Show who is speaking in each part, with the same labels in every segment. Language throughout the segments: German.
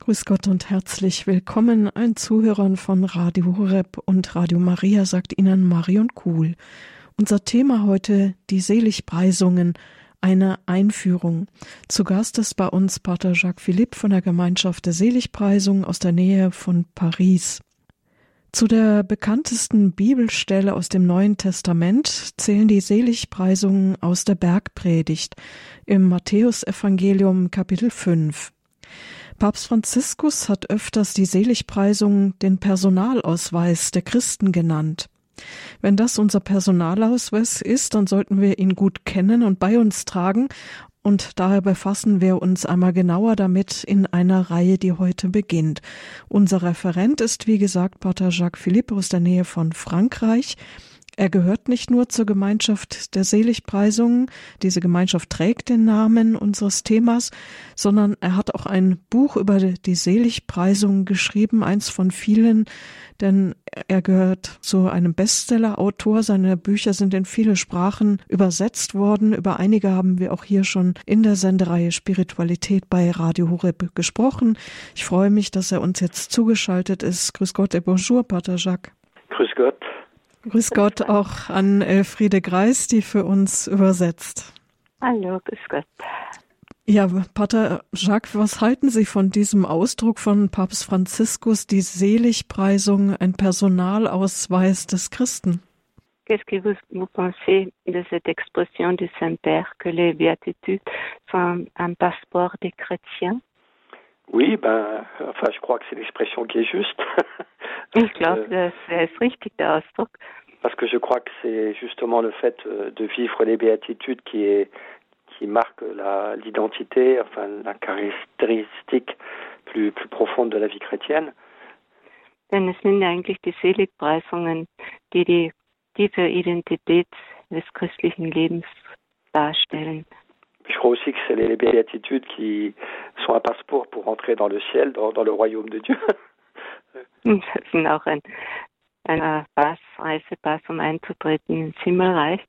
Speaker 1: Grüß Gott und herzlich willkommen allen Zuhörern von Radio Horeb und Radio Maria, sagt Ihnen Marion Kuhl. Unser Thema heute die Seligpreisungen, eine Einführung. Zu Gast ist bei uns Pater Jacques Philippe von der Gemeinschaft der Seligpreisung aus der Nähe von Paris. Zu der bekanntesten Bibelstelle aus dem Neuen Testament zählen die Seligpreisungen aus der Bergpredigt im Matthäusevangelium Kapitel 5. Papst Franziskus hat öfters die Seligpreisungen den Personalausweis der Christen genannt. Wenn das unser Personalausweis ist, dann sollten wir ihn gut kennen und bei uns tragen, und daher befassen wir uns einmal genauer damit in einer Reihe, die heute beginnt. Unser Referent ist, wie gesagt, Pater Jacques Philippe aus der Nähe von Frankreich. Er gehört nicht nur zur Gemeinschaft der Seligpreisungen, diese Gemeinschaft trägt den Namen unseres Themas, sondern er hat auch ein Buch über die Seligpreisungen geschrieben, eins von vielen, denn er gehört zu einem Bestseller-Autor. Seine Bücher sind in viele Sprachen übersetzt worden. Über einige haben wir auch hier schon in der Sendereihe Spiritualität bei Radio Horeb gesprochen. Ich freue mich, dass er uns jetzt zugeschaltet ist. Grüß Gott et bonjour, Pater Jacques.
Speaker 2: Grüß Gott.
Speaker 1: Grüß Gott auch an Elfriede Greis, die für uns übersetzt.
Speaker 3: Hallo, grüß Gott.
Speaker 1: Ja, Pater Jacques, was halten Sie von diesem Ausdruck von Papst Franziskus, die Seligpreisung, ein Personalausweis des Christen?
Speaker 3: Qu'est-ce que vous, vous pensez de cette expression du Saint-Père, que les béatitudes sont un passeport des chrétiens?
Speaker 2: Oui, ben, enfin, je crois que c'est l'expression qui est juste.
Speaker 3: ich glaube, das ist richtig der Ausdruck.
Speaker 2: Parce que je crois que c'est justement le fait euh, de vivre les béatitudes qui est qui marque la l'identité, enfin la caractéristique plus plus profonde de la vie chrétienne.
Speaker 3: Denn es sind eigentlich die Seligpreisungen, die die tiefe Identität des christlichen Lebens darstellen.
Speaker 2: Je crois aussi que c'est les béatitudes qui sont un passeport pour entrer dans le ciel, dans, dans le royaume de Dieu.
Speaker 3: Das sind auch ein, ein äh, Pass, Reisepass, um einzutreten ins Himmelreich.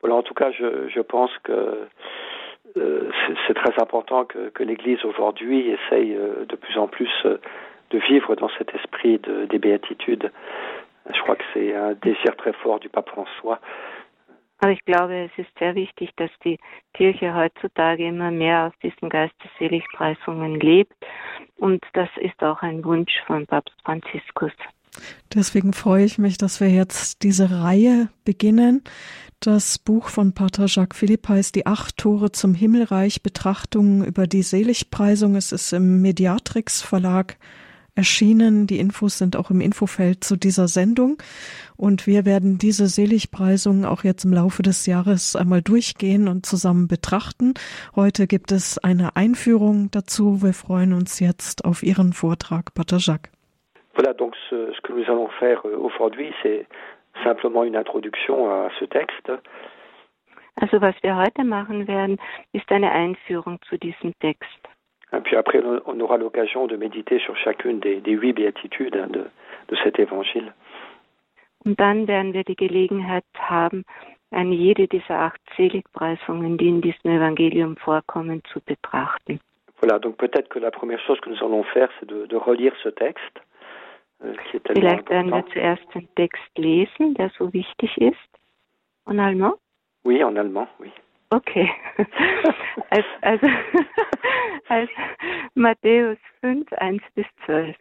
Speaker 2: Voilà, en tout cas, je, je pense que euh, c'est très important que, que l'Église aujourd'hui essaye euh, de plus en plus euh, de vivre dans cet esprit de, des béatitudes. Je crois que c'est un désir très fort du pape François.
Speaker 3: Aber ich glaube, es ist sehr wichtig, dass die Kirche heutzutage immer mehr aus diesem Geist der Seligpreisungen lebt. Und das ist auch ein Wunsch von Papst Franziskus.
Speaker 1: Deswegen freue ich mich, dass wir jetzt diese Reihe beginnen. Das Buch von Pater Jacques Philipp heißt Die acht Tore zum Himmelreich, Betrachtungen über die Seligpreisung. Es ist im Mediatrix Verlag erschienen. Die Infos sind auch im Infofeld zu dieser Sendung. Und wir werden diese Seligpreisungen auch jetzt im Laufe des Jahres einmal durchgehen und zusammen betrachten. Heute gibt es eine Einführung dazu. Wir freuen uns jetzt auf Ihren Vortrag, Pater Jacques.
Speaker 2: Voilà, donc ce, ce que nous allons faire euh, aujourd'hui, c'est simplement une introduction à ce texte.
Speaker 3: Also was wir heute machen werden, ist eine Einführung zu diesem Text.
Speaker 2: Et puis après, on aura l'occasion de méditer sur chacune des, des huit béatitudes hein, de, de, cet évangile.
Speaker 3: Und dann werden wir die Gelegenheit haben, an jede dieser acht Seligpreisungen, die in diesem Evangelium vorkommen, zu betrachten.
Speaker 2: Voilà, donc peut-être que la première chose que nous allons faire, c'est de, de, relire ce texte.
Speaker 3: Euh, qui est Vielleicht important. werden wir zuerst den Text lesen, der so wichtig ist. En allemand?
Speaker 2: Oui, en allemand, oui.
Speaker 3: Okay. also, also, als Matthäus 5, 1 bis 12.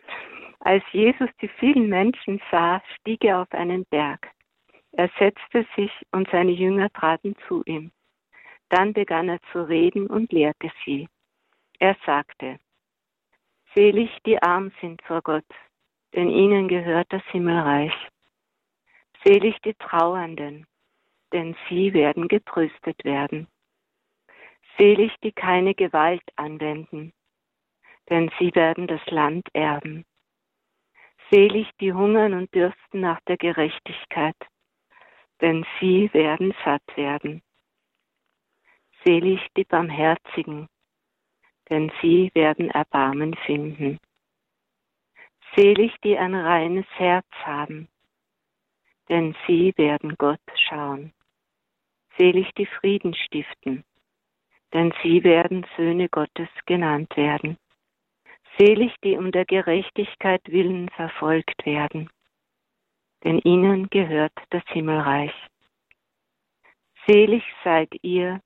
Speaker 3: Als Jesus die vielen Menschen sah, stieg er auf einen Berg. Er setzte sich und seine Jünger traten zu ihm. Dann begann er zu reden und lehrte sie. Er sagte, Selig die arm sind vor Gott, denn ihnen gehört das Himmelreich. Selig die Trauernden, denn sie werden getröstet werden. Selig, die keine Gewalt anwenden, denn sie werden das Land erben. Selig, die hungern und dürsten nach der Gerechtigkeit, denn sie werden satt werden. Selig, die Barmherzigen, denn sie werden Erbarmen finden. Selig, die ein reines Herz haben, denn sie werden Gott schauen. Selig, die Frieden stiften, denn sie werden Söhne Gottes genannt werden. Selig, die um der Gerechtigkeit willen verfolgt werden, denn ihnen gehört das Himmelreich. Selig seid ihr,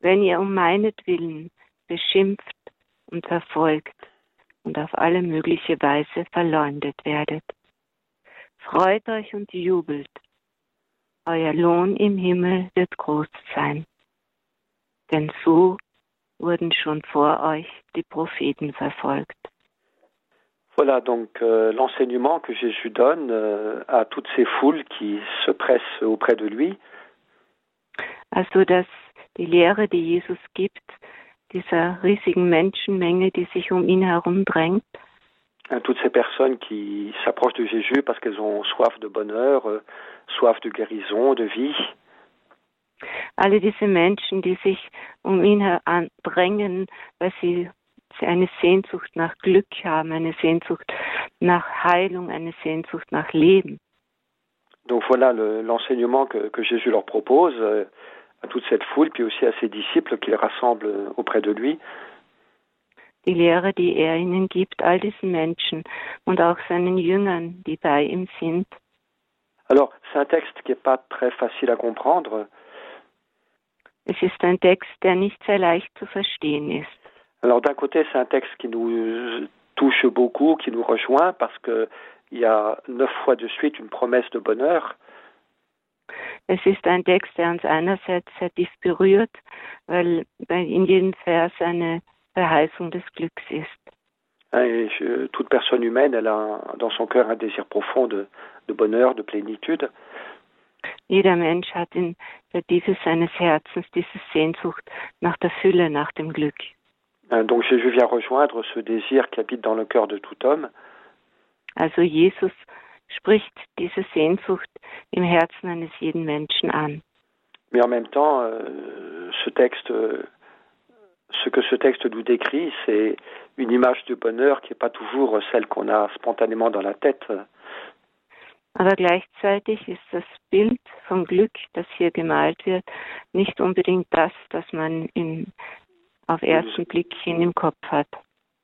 Speaker 3: wenn ihr um meinetwillen beschimpft und verfolgt und auf alle mögliche Weise verleumdet werdet. Freut euch und jubelt. Euer Lohn im Himmel wird groß sein. Denn so wurden schon vor euch die Propheten verfolgt.
Speaker 2: Voilà donc euh, l'enseignement que Jésus donne euh, à toutes ces foules qui se pressent auprès de lui.
Speaker 3: Also dass die Lehre, die Jesus gibt, dieser riesigen Menschenmenge, die sich um ihn herum drängt,
Speaker 2: à toutes ces personnes qui s'approchent de Jésus parce qu'elles ont soif de bonheur, euh, soif de guérison, de vie.
Speaker 3: alle diese Menschen, die sich um ihn heran- drängen, weil sie sie eine Sehnsucht nach Glück haben, eine Sehnsucht nach Heilung, eine Sehnsucht nach Leben.
Speaker 2: Donc voilà le- l'enseignement que, que Jésus leur propose euh, à toute cette foule, puis aussi à ses disciples qu'il rassemble euh, auprès de lui.
Speaker 3: Die Lehre, die er ihnen gibt, all diesen Menschen und auch seinen Jüngern, die bei ihm sind.
Speaker 2: Alors, c'est un texte qui n'est pas très facile à comprendre.
Speaker 3: Es ist ein Text, der nicht sehr leicht zu verstehen ist.
Speaker 2: Alors, d'un côté, c'est un texte qui nous euh, touche beaucoup, qui nous rejoint, parce que il y a neuf fois de suite une promesse de bonheur.
Speaker 3: Es ist ein Text, der uns einerseits sehr tief berührt, weil bei- in jedem Vers eine Verheißung des Glücks ist.
Speaker 2: Hein, et je- toute personne humaine, elle a un- dans son cœur un désir profond de, de bonheur, de plénitude.
Speaker 3: Jeder Mensch hat in der Tiefe seines Herzens diese Sehnsucht nach der Fülle, nach dem Glück.
Speaker 2: Hein, donc Jésus vient rejoindre ce désir qui habite dans le cœur de tout homme.
Speaker 3: Also Jesus spricht diese Sehnsucht im Herzen eines jeden Menschen an.
Speaker 2: Mais en même temps, euh, ce texte, euh, ce que ce texte nous décrit, c'est une image du bonheur qui n'est pas toujours celle qu'on a spontanément dans la tête.
Speaker 3: Aber gleichzeitig ist das Bild vom Glück, das hier gemalt wird, nicht unbedingt das, das man in, auf ersten Blick hin im Kopf hat.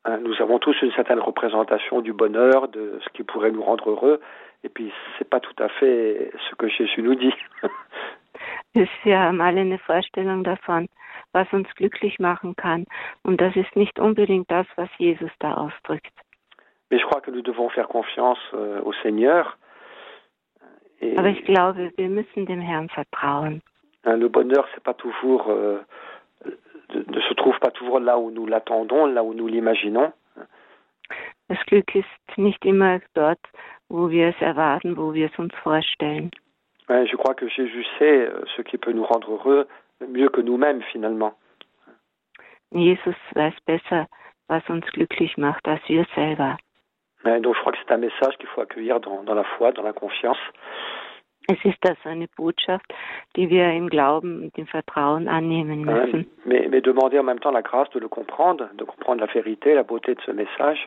Speaker 2: Hein, Nous avons tous une certaine représentation du bonheur, de ce qui pourrait nous rendre heureux, et puis c'est pas tout à fait ce que Jésus nous dit.
Speaker 3: Es- Wir haben alle eine Vorstellung davon, was uns glücklich machen kann. Und das ist nicht unbedingt das, was Jesus da ausdrückt.
Speaker 2: Mais je crois que nous devons faire confiance euh, au Seigneur. Et
Speaker 3: Aber ich glaube, wir müssen dem Herrn vertrauen.
Speaker 2: hein, le bonheur, c'est pas toujours, euh, ne- ne se trouve pas toujours là où nous l'attendons, là où nous l'imaginons.
Speaker 3: Das Glück ist nicht immer dort, wo wir es erwarten, wo wir es uns vorstellen.
Speaker 2: Ouais, je crois que Jésus sait euh, ce qui peut nous rendre heureux mieux que nous-mêmes finalement.
Speaker 3: Jesus weiß besser, was uns glücklich macht, als wir selber.
Speaker 2: Ouais, donc je crois que c'est un message qu'il faut accueillir dans, dans la foi, dans la confiance.
Speaker 3: Es ist also eine Botschaft, die wir im Glauben und im Vertrauen annehmen
Speaker 2: hein,
Speaker 3: müssen.
Speaker 2: mais, mais demander en même temps la grâce de le comprendre, de comprendre la vérité, la beauté de ce message.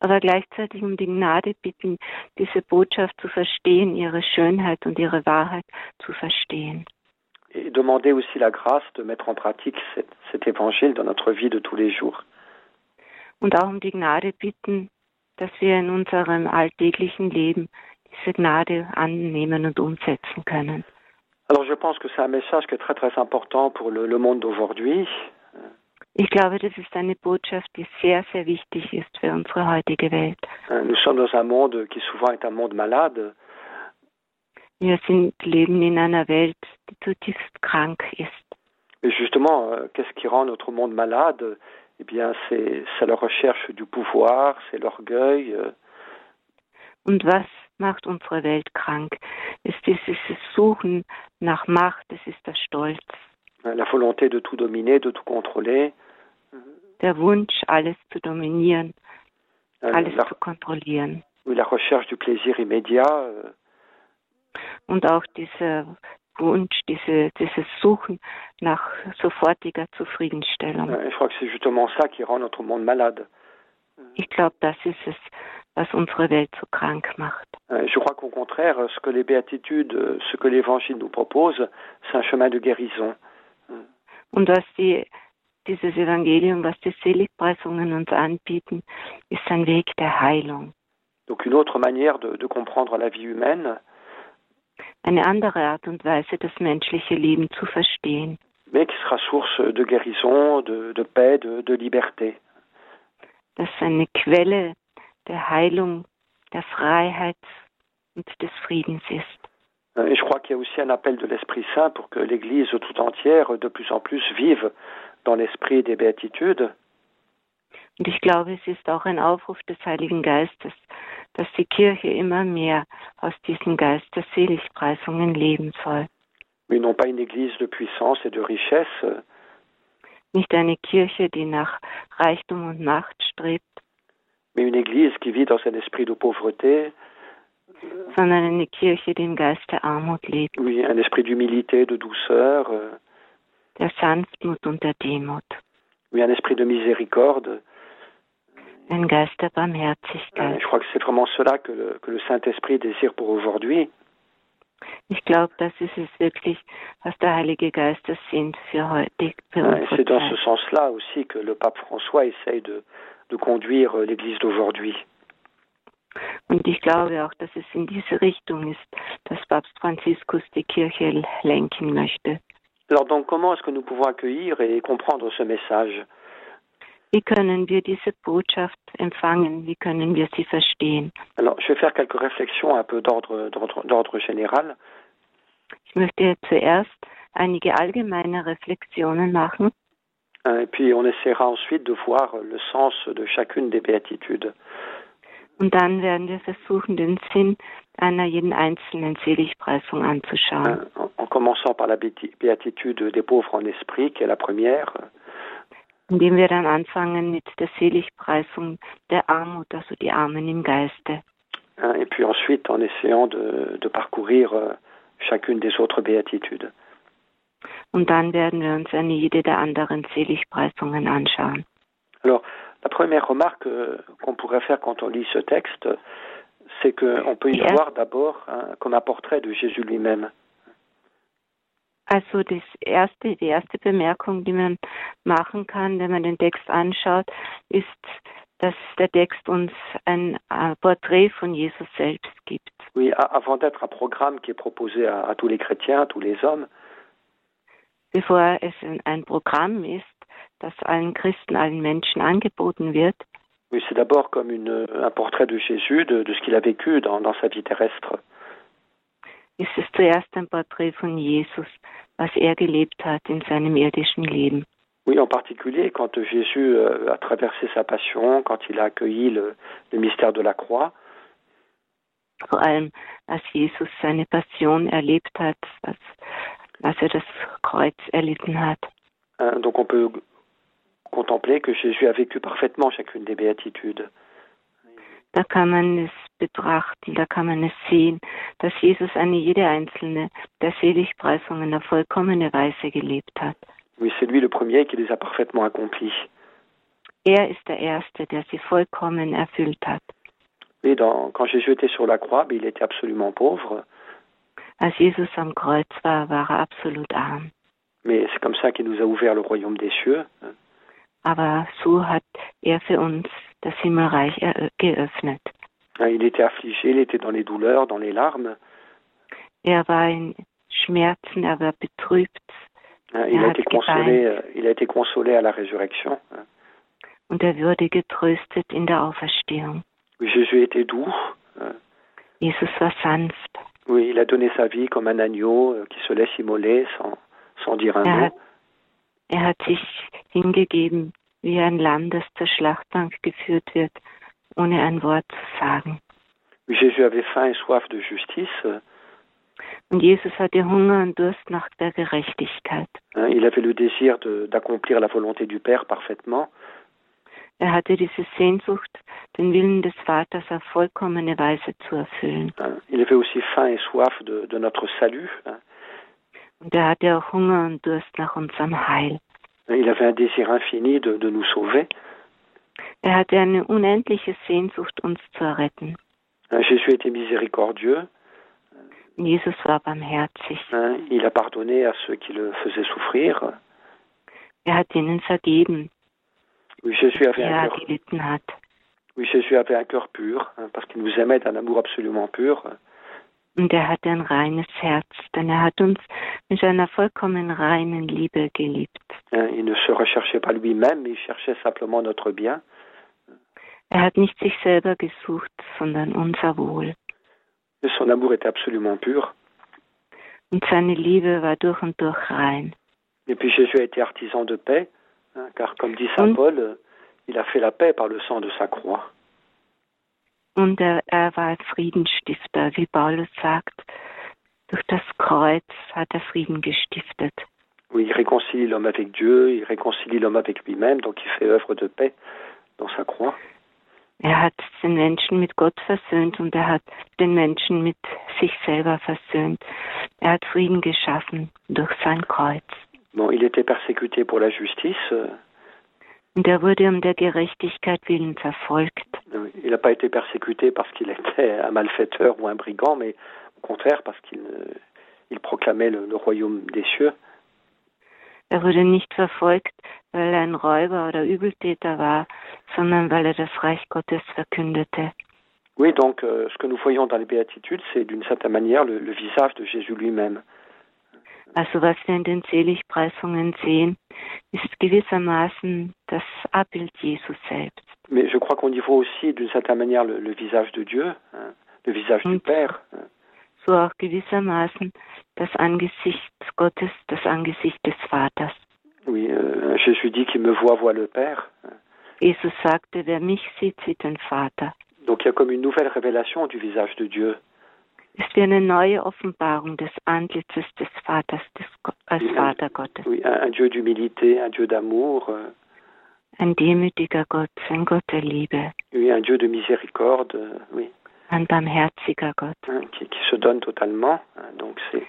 Speaker 3: Aber gleichzeitig um die Gnade bitten, diese Botschaft zu verstehen, ihre Schönheit und ihre Wahrheit zu verstehen.
Speaker 2: Et demander aussi la grâce de mettre en pratique cet, cet évangile dans notre vie de tous les jours.
Speaker 3: Und auch um die Gnade bitten, dass wir in unserem alltäglichen Leben diese Gnade annehmen und umsetzen können.
Speaker 2: Alors je pense que c'est un message qui est très très important pour le, le monde d'aujourd'hui.
Speaker 3: Ich glaube, das ist eine Botschaft, die sehr, sehr wichtig ist für unsere heutige Welt.
Speaker 2: Hein, Nous sommes dans un monde qui souvent est un monde malade.
Speaker 3: Wir sind, leben in einer Welt, die zutiefst krank ist.
Speaker 2: Et justement, euh, qu'est-ce qui rend notre monde malade Eh bien, c'est c'est la recherche du pouvoir, c'est l'orgueil, euh,
Speaker 3: Und was macht unsere Welt krank? Es ist dieses Suchen nach Macht, es ist der Stolz,
Speaker 2: la volonté de tout dominer, de tout contrôler,
Speaker 3: der Wunsch, alles zu dominieren,
Speaker 2: euh,
Speaker 3: alles
Speaker 2: la,
Speaker 3: zu kontrollieren.
Speaker 2: oui, la recherche du plaisir immédiat. euh.
Speaker 3: Und auch dieser Wunsch, diese, dieses Suchen nach sofortiger Zufriedenstellung.
Speaker 2: Euh, je crois que c'est justement ça qui rend notre monde malade.
Speaker 3: Ich glaube, das ist es, was unsere Welt so krank macht.
Speaker 2: Euh, Je crois qu'au contraire, euh, ce que les béatitudes, euh, ce que l'Évangile nous propose, c'est un chemin de guérison.
Speaker 3: Und was die dieses Evangelium, was die Seligpreisungen uns anbieten, ist ein Weg der Heilung.
Speaker 2: Donc une autre manière de, de comprendre la vie humaine,
Speaker 3: Eine andere Art und Weise, das menschliche Leben zu verstehen,
Speaker 2: mais qui sera source de guérison, de, de paix, de, de liberté.
Speaker 3: das eine Quelle der Heilung, der Freiheit und des Friedens ist.
Speaker 2: Euh, Et je crois qu'il y a aussi un appel de l'Esprit Saint pour que l'Église tout entière, de plus en plus, vive dans l'esprit des béatitudes,
Speaker 3: Und ich glaube, es ist auch ein Aufruf des Heiligen Geistes, dass die Kirche immer mehr aus diesem Geist der Seligpreisungen leben soll.
Speaker 2: mais non pas une Église de puissance et de richesse, euh,
Speaker 3: Nicht eine Kirche, die nach Reichtum und Macht strebt,
Speaker 2: mais une Église qui vit dans un esprit de pauvreté,
Speaker 3: sondern eine Kirche, die im Geist der Armut lebt,
Speaker 2: oui, un esprit d'humilité, de douceur, euh,
Speaker 3: der Sanftmut und der Demut,
Speaker 2: oui, un esprit de miséricorde.
Speaker 3: ein Geist der
Speaker 2: Euh,
Speaker 3: Barmherzigkeit.
Speaker 2: Je crois que c'est vraiment cela que le, que le Saint-Esprit désire pour aujourd'hui.
Speaker 3: Ich glaube, das ist es wirklich, was der Heilige Geist das sind für heute, für
Speaker 2: Euh, et
Speaker 3: unsere
Speaker 2: C'est dans ce
Speaker 3: Zeit.
Speaker 2: sens-là aussi que le pape François essaye de, de conduire euh, l'Église d'aujourd'hui.
Speaker 3: Und ich glaube auch, dass es in diese Richtung ist, dass Papst Franziskus die Kirche lenken möchte.
Speaker 2: Alors donc comment est-ce que nous pouvons accueillir et comprendre ce message
Speaker 3: Wie können wir diese Botschaft empfangen? Wie können wir sie verstehen?
Speaker 2: Alors je vais faire quelques réflexions un peu d'ordre- d'ordre d'ordre général.
Speaker 3: Ich möchte zuerst einige allgemeine Reflexionen machen
Speaker 2: hein, Et puis on essaiera ensuite de voir le sens de chacune des béatitudes.
Speaker 3: und dann werden wir versuchen, den Sinn einer jeden einzelnen Seligpreisung
Speaker 2: hein,
Speaker 3: anzuschauen.
Speaker 2: en- En commençant par la béati- béatitude des pauvres en esprit, qui est la première,
Speaker 3: indem wir dann anfangen mit der Seligpreisung der Armut, also die Armen im Geiste.
Speaker 2: hein, et puis ensuite en essayant de, de parcourir euh, chacune des autres béatitudes.
Speaker 3: Und dann werden wir uns eine jede der anderen Seligpreisungen anschauen.
Speaker 2: Alors, la première remarque euh, qu'on pourrait faire quand on lit ce texte, c'est qu'on peut y
Speaker 3: Yes.
Speaker 2: voir d'abord hein, comme un portrait de Jésus lui-même.
Speaker 3: Also das erste, die erste Bemerkung, die man machen kann, wenn man den Text anschaut, ist, dass der Text uns ein äh, Porträt von Jesus selbst gibt.
Speaker 2: Oui, a- avant d'être un programme qui est proposé à, à tous les chrétiens, à tous les hommes,
Speaker 3: Bevor es ein- ein Programm ist, das allen Christen, allen Menschen angeboten wird,
Speaker 2: oui, c'est d'abord comme une, un portrait de Jésus, de, de ce qu'il a vécu dans, dans sa vie terrestre.
Speaker 3: ist es zuerst ein Porträt von Jesus, was er gelebt hat in seinem irdischen Leben.
Speaker 2: Oui, en particulier quand Jésus euh, a traversé sa passion, quand il a accueilli le, le mystère de la croix,
Speaker 3: Vor allem, als Jesus seine Passion erlebt hat, als, als er das Kreuz erlitten hat.
Speaker 2: hein, donc on peut contempler que Jésus a vécu parfaitement chacune des béatitudes.
Speaker 3: Da kann man es betrachten, da kann man es sehen, dass Jesus eine jede einzelne der Seligpreisungen auf vollkommene Weise gelebt hat.
Speaker 2: Oui, c'est lui le premier qui les a parfaitement accomplis.
Speaker 3: Er ist der Erste, der sie vollkommen erfüllt hat.
Speaker 2: Oui, dans- quand Jésus était sur la croix, ben, il était absolument pauvre,
Speaker 3: Als Jesus am Kreuz war, war er absolut arm.
Speaker 2: mais c'est comme ça qu'il nous a ouvert le royaume des cieux. hein.
Speaker 3: Aber so hat er für uns das Himmelreich erö- geöffnet.
Speaker 2: Hein, Il était affligé, il était dans les douleurs, dans les larmes.
Speaker 3: Er war in Schmerzen, er war betrübt
Speaker 2: Hein, Il a
Speaker 3: Ah,
Speaker 2: été
Speaker 3: c'est
Speaker 2: consolé, euh, il a été consolé à la résurrection. hein.
Speaker 3: und er wurde getröstet in der Auferstehung.
Speaker 2: Oui, Jésus était doux. hein.
Speaker 3: Jesus war sanft.
Speaker 2: Oui, il a donné sa vie comme un agneau euh, qui se laisse immoler sans, sans dire un
Speaker 3: Er
Speaker 2: mot.
Speaker 3: hat, er hat sich hingegeben wie ein Lamm, das zur Schlachtbank geführt wird, ohne ein Wort zu sagen.
Speaker 2: Oui, Jésus avait faim et soif de justice.
Speaker 3: Und Jesus hatte Hunger und Durst nach der Gerechtigkeit.
Speaker 2: hein. Il avait le désir de- d'accomplir la volonté du Père parfaitement.
Speaker 3: Er hatte diese Sehnsucht, den Willen des Vaters auf vollkommene Weise zu erfüllen.
Speaker 2: hein. Il avait aussi faim et soif de, de notre salut. hein.
Speaker 3: Und er hatte auch Hunger und Durst nach unserem Heil.
Speaker 2: Il avait un désir infini de, de nous sauver.
Speaker 3: Er hatte eine unendliche Sehnsucht, uns zu erretten.
Speaker 2: Hein, Jésus était miséricordieux.
Speaker 3: Jesus war barmherzig.
Speaker 2: hein, Il a pardonné à ceux qui le faisaient souffrir.
Speaker 3: Er hat ihnen vergeben,
Speaker 2: Oui, Jésus avait un
Speaker 3: er
Speaker 2: cœur.
Speaker 3: gelitten hat.
Speaker 2: Oui, Jésus avait un cœur pur, hein, parce qu'il nous aimait d'un amour absolument pur.
Speaker 3: Und er hatte ein reines Herz, denn er hat uns mit einer vollkommen reinen Liebe geliebt.
Speaker 2: hein. Il ne se recherchait pas lui-même, il cherchait simplement notre bien.
Speaker 3: Er hat nicht sich selber gesucht, sondern unser Wohl.
Speaker 2: Et son amour était absolument pur.
Speaker 3: Und seine Liebe war durch und durch rein.
Speaker 2: Et puis Jésus a été artisan de paix, hein, car comme dit saint
Speaker 3: Oui.
Speaker 2: Paul, euh, il a fait la paix par le sang de sa croix.
Speaker 3: Und er, er war Friedensstifter, wie Paulus sagt. Durch das Kreuz hat er Frieden gestiftet.
Speaker 2: Oui, il réconcilie l'homme avec Dieu, il réconcilie l'homme avec lui-même, donc il fait œuvre de paix dans sa croix.
Speaker 3: Er hat den Menschen mit Gott versöhnt und er hat den Menschen mit sich selber versöhnt. Er hat Frieden geschaffen durch sein Kreuz.
Speaker 2: Bon, il était persécuté pour la justice, euh,
Speaker 3: Und er wurde um der Gerechtigkeit willen verfolgt.
Speaker 2: euh, il n'a pas été persécuté parce qu'il était un malfaiteur ou un brigand, mais au contraire parce qu'il euh, il proclamait le, le royaume des cieux.
Speaker 3: Er wurde nicht verfolgt, weil er ein Räuber oder Übeltäter war, sondern weil er das Reich Gottes verkündete.
Speaker 2: Oui, donc euh, ce que nous voyons dans les béatitudes, c'est d'une certaine manière le- le visage de Jésus lui-même.
Speaker 3: Also was wir in den Seligpreisungen sehen, ist gewissermaßen das Abbild Jesu selbst.
Speaker 2: Mais je crois qu'on y voit aussi, d'une certaine manière, le, le visage de Dieu, hein, le visage
Speaker 3: Mm.
Speaker 2: du Père. hein.
Speaker 3: so auch gewissermaßen das Angesicht Gottes, das Angesicht des Vaters.
Speaker 2: Oui, euh, Jésus dit qu'il me voit, voit le Père. hein.
Speaker 3: Jesus sagte, wer mich sieht, sieht den Vater.
Speaker 2: Donc il y a comme une nouvelle révélation du visage de Dieu.
Speaker 3: Es ist wie eine neue Offenbarung des Antlitzes des Vaters, des Go- als
Speaker 2: Ja.
Speaker 3: Vater Gottes.
Speaker 2: Oui, un, un Dieu d'humilité, un Dieu d'amour, euh,
Speaker 3: Ein demütiger Gott, ein Gott der Liebe,
Speaker 2: oui, un Dieu de miséricorde, euh, oui,
Speaker 3: ein barmherziger Gott,
Speaker 2: hein, qui, qui se donne totalement. hein. donc c'est.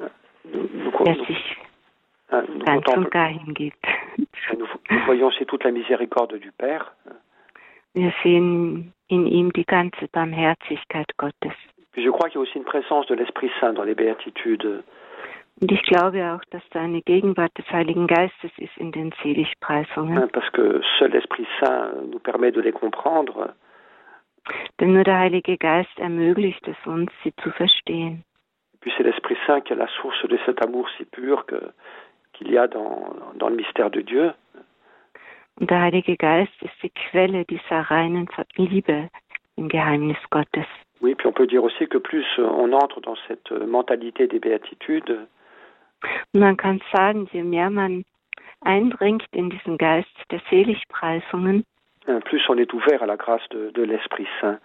Speaker 2: euh, nous, nous-
Speaker 3: der
Speaker 2: nous-
Speaker 3: sich
Speaker 2: hein, nous
Speaker 3: ganz
Speaker 2: contemplons-
Speaker 3: und gar hingibt.
Speaker 2: nous- nous voyons aussi toute la miséricorde du Père. hein.
Speaker 3: Wir sehen in ihm die ganze Barmherzigkeit Gottes.
Speaker 2: Puis je crois qu'il y a aussi une présence de l'Esprit Saint dans les béatitudes.
Speaker 3: Und ich glaube auch, dass da eine Gegenwart des Heiligen Geistes ist in den Seligpreisungen.
Speaker 2: Hein, parce que seul l'Esprit Saint euh, nous permet de les comprendre.
Speaker 3: Denn nur der Heilige Geist ermöglicht es uns, sie zu verstehen.
Speaker 2: Et puis c'est l'Esprit Saint qui est la source de cet amour si pur que, qu'il y a dans, dans le mystère de Dieu.
Speaker 3: Und der Heilige Geist ist die Quelle dieser reinen Ver- Liebe im Geheimnis Gottes.
Speaker 2: Oui, puis on peut dire aussi que plus euh, on entre dans cette euh, mentalité des béatitudes,
Speaker 3: Und man kann sagen, je mehr man eindringt in diesen Geist der Seligpreisungen,
Speaker 2: hein, plus on est ouvert à la grâce de, de l'Esprit Saint.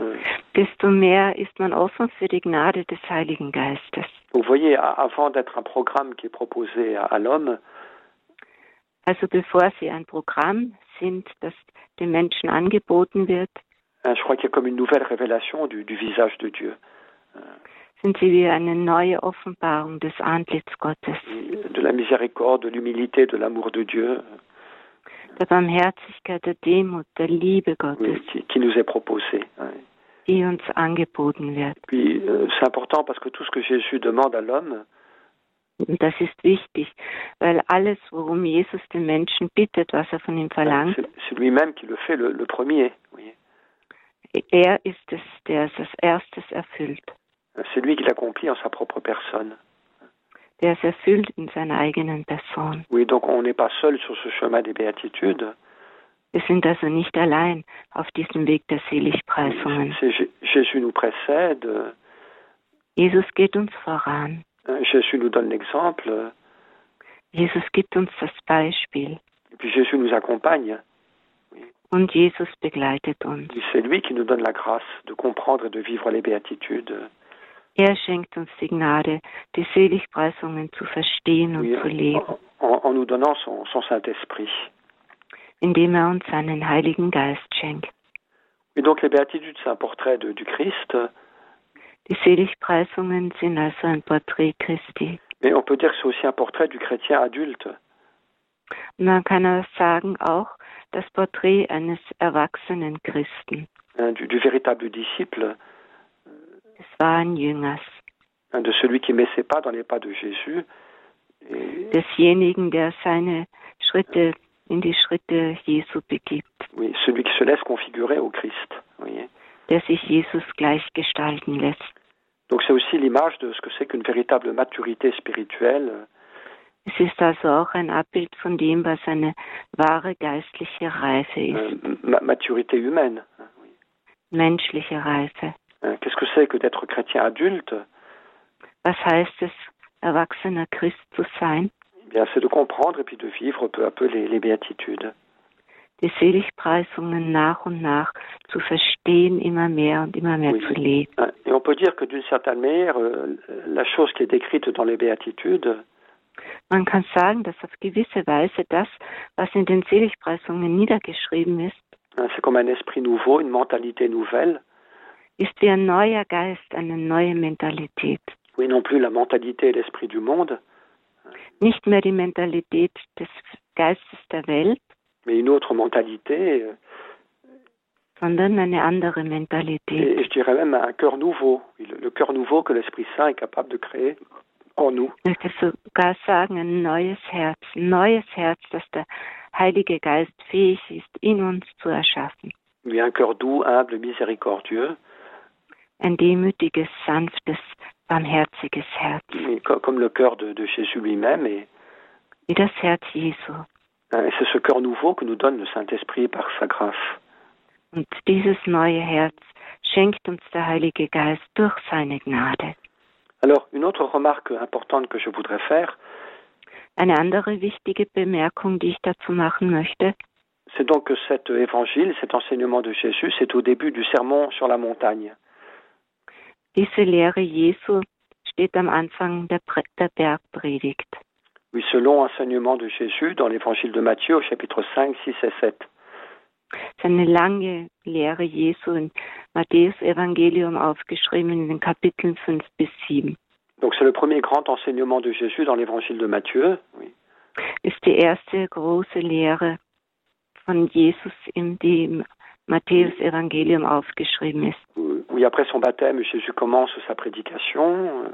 Speaker 2: Euh,
Speaker 3: desto mehr ist man offen für die Gnade des Heiligen Geistes.
Speaker 2: Vous voyez, a- avant d'être un programme qui est proposé à, à l'homme,
Speaker 3: Also bevor sie ein Programm sind, das den Menschen angeboten wird,
Speaker 2: hein, je crois qu'il y a comme une nouvelle révélation du, du visage de Dieu,
Speaker 3: sind sie wie eine neue Offenbarung des Antlitz Gottes,
Speaker 2: de la miséricorde, de l'humilité, de l'amour de Dieu
Speaker 3: der Barmherzigkeit, der Demut, der Liebe Gottes.
Speaker 2: oui, euh, qui, qui nous est proposé. hein.
Speaker 3: die uns angeboten wird.
Speaker 2: Puis euh, c'est important parce que tout ce que Jésus demande à l'homme,
Speaker 3: Und das ist wichtig, weil alles, worum Jesus den Menschen bittet, was er von ihm
Speaker 2: euh,
Speaker 3: verlangt,
Speaker 2: c'est c'est lui-même qui le fait le, le premier. oui.
Speaker 3: er ist es, der es als erstes erfüllt.
Speaker 2: Euh, C'est lui qui l'accomplit en sa propre personne.
Speaker 3: Der es erfüllt in seiner eigenen Person.
Speaker 2: Oui, donc on n'est pas seul sur ce chemin des béatitudes.
Speaker 3: Wir sind also nicht allein auf diesem Weg der Ah, Seligpreisungen.
Speaker 2: C'est- Jé- Jésus nous précède, euh,
Speaker 3: Jesus geht uns voran.
Speaker 2: hein, Jésus nous donne l'exemple, euh,
Speaker 3: Jesus gibt uns das Beispiel.
Speaker 2: et puis Jésus nous accompagne.
Speaker 3: Und Jesus begleitet uns.
Speaker 2: Puis C'est lui qui nous donne la grâce de comprendre et de vivre les béatitudes.
Speaker 3: Er schenkt uns die Gnade, die Seligpreisungen zu verstehen und
Speaker 2: Oui,
Speaker 3: zu leben,
Speaker 2: en, en- en nous donnant son, son Saint-Esprit.
Speaker 3: indem er uns seinen Heiligen Geist schenkt.
Speaker 2: Et donc les béatitudes, c'est un portrait de- du Christ.
Speaker 3: Die Seligpreisungen sind also ein Porträt Christi.
Speaker 2: Mais on peut dire que c'est aussi un portrait du chrétien adulte.
Speaker 3: Man kann aber sagen auch das Porträt eines erwachsenen Christen,
Speaker 2: hein, du, du véritable disciple,
Speaker 3: des wahren Jüngers,
Speaker 2: hein, de celui qui met ses pas dans les pas de Jésus
Speaker 3: desjenigen, der seine Schritte in die Schritte Jesu begibt.
Speaker 2: Oui, celui qui se laisse configurer au Christ. voyez.
Speaker 3: der sich Jesus gleich gestalten lässt.
Speaker 2: Donc c'est aussi l'image de ce que c'est qu'une véritable maturité spirituelle.
Speaker 3: Es ist also auch ein Abbild von dem, was eine wahre geistliche Reife
Speaker 2: euh,
Speaker 3: ist,
Speaker 2: ma- maturité humaine. hein, oui.
Speaker 3: menschliche Reife.
Speaker 2: Hein, Qu'est-ce que c'est que d'être chrétien adulte
Speaker 3: Was heißt es, erwachsener Christ zu sein?
Speaker 2: Eh bien, c'est de comprendre et puis de vivre peu à peu les, les béatitudes.
Speaker 3: Die Seligpreisungen nach und nach zu verstehen, immer mehr und immer mehr
Speaker 2: Oui.
Speaker 3: zu leben.
Speaker 2: Hein, Et on peut dire que d'une certaine manière, euh, la chose qui est décrite dans les béatitudes,
Speaker 3: Man kann sagen, dass auf gewisse Weise das, was in den Seligpreisungen niedergeschrieben ist,
Speaker 2: hein, c'est comme un esprit nouveau, une mentalité nouvelle.
Speaker 3: ist wie ein neuer Geist, eine neue Mentalität.
Speaker 2: Oui, non plus la mentalité et l'esprit du monde,
Speaker 3: Nicht mehr die Mentalität des Geistes der Welt,
Speaker 2: mais une autre mentalité euh,
Speaker 3: sondern eine andere Mentalität.
Speaker 2: et, et je dirais même un cœur nouveau. Oui, Le, le cœur nouveau que l'Esprit Saint est capable de créer en nous.
Speaker 3: Ich möchte sogar sagen, ein neues Herz, ein neues Herz, das der Heilige Geist fähig ist, in uns zu erschaffen.
Speaker 2: Oui, un cœur doux, humble, miséricordieux,
Speaker 3: Ein demütiges, sanftes, barmherziges Herz,
Speaker 2: oui, co- comme le cœur de, de Jésus lui-même. Et,
Speaker 3: wie das Herz Jesu.
Speaker 2: hein, et c'est ce cœur nouveau que nous donne le Saint-Esprit par sa grâce.
Speaker 3: Und dieses neue Herz schenkt uns der Heilige Geist durch seine Gnade.
Speaker 2: Alors, une autre remarque importante que je voudrais faire,
Speaker 3: Eine andere wichtige Bemerkung, die ich dazu machen möchte,
Speaker 2: c'est donc que cet évangile, cet enseignement de Jésus, c'est au début du sermon sur la montagne.
Speaker 3: diese Lehre Jesu steht am Anfang der, Pre der Bergpredigt.
Speaker 2: Oui, ce long enseignement de Jésus dans l'évangile de Matthieu au chapitre 5, 6 et 7.
Speaker 3: seine lange Lehre Jesu im Matthäus-Evangelium aufgeschrieben in den Kapiteln 5 bis 7.
Speaker 2: Donc c'est le premier grand enseignement de Jésus dans l'évangile de Matthieu. Oui.
Speaker 3: Ist die erste große Lehre von Jesus, in die im Matthäus-Evangelium aufgeschrieben ist,
Speaker 2: Oui, après son baptême, Jésus commence sa prédication. euh,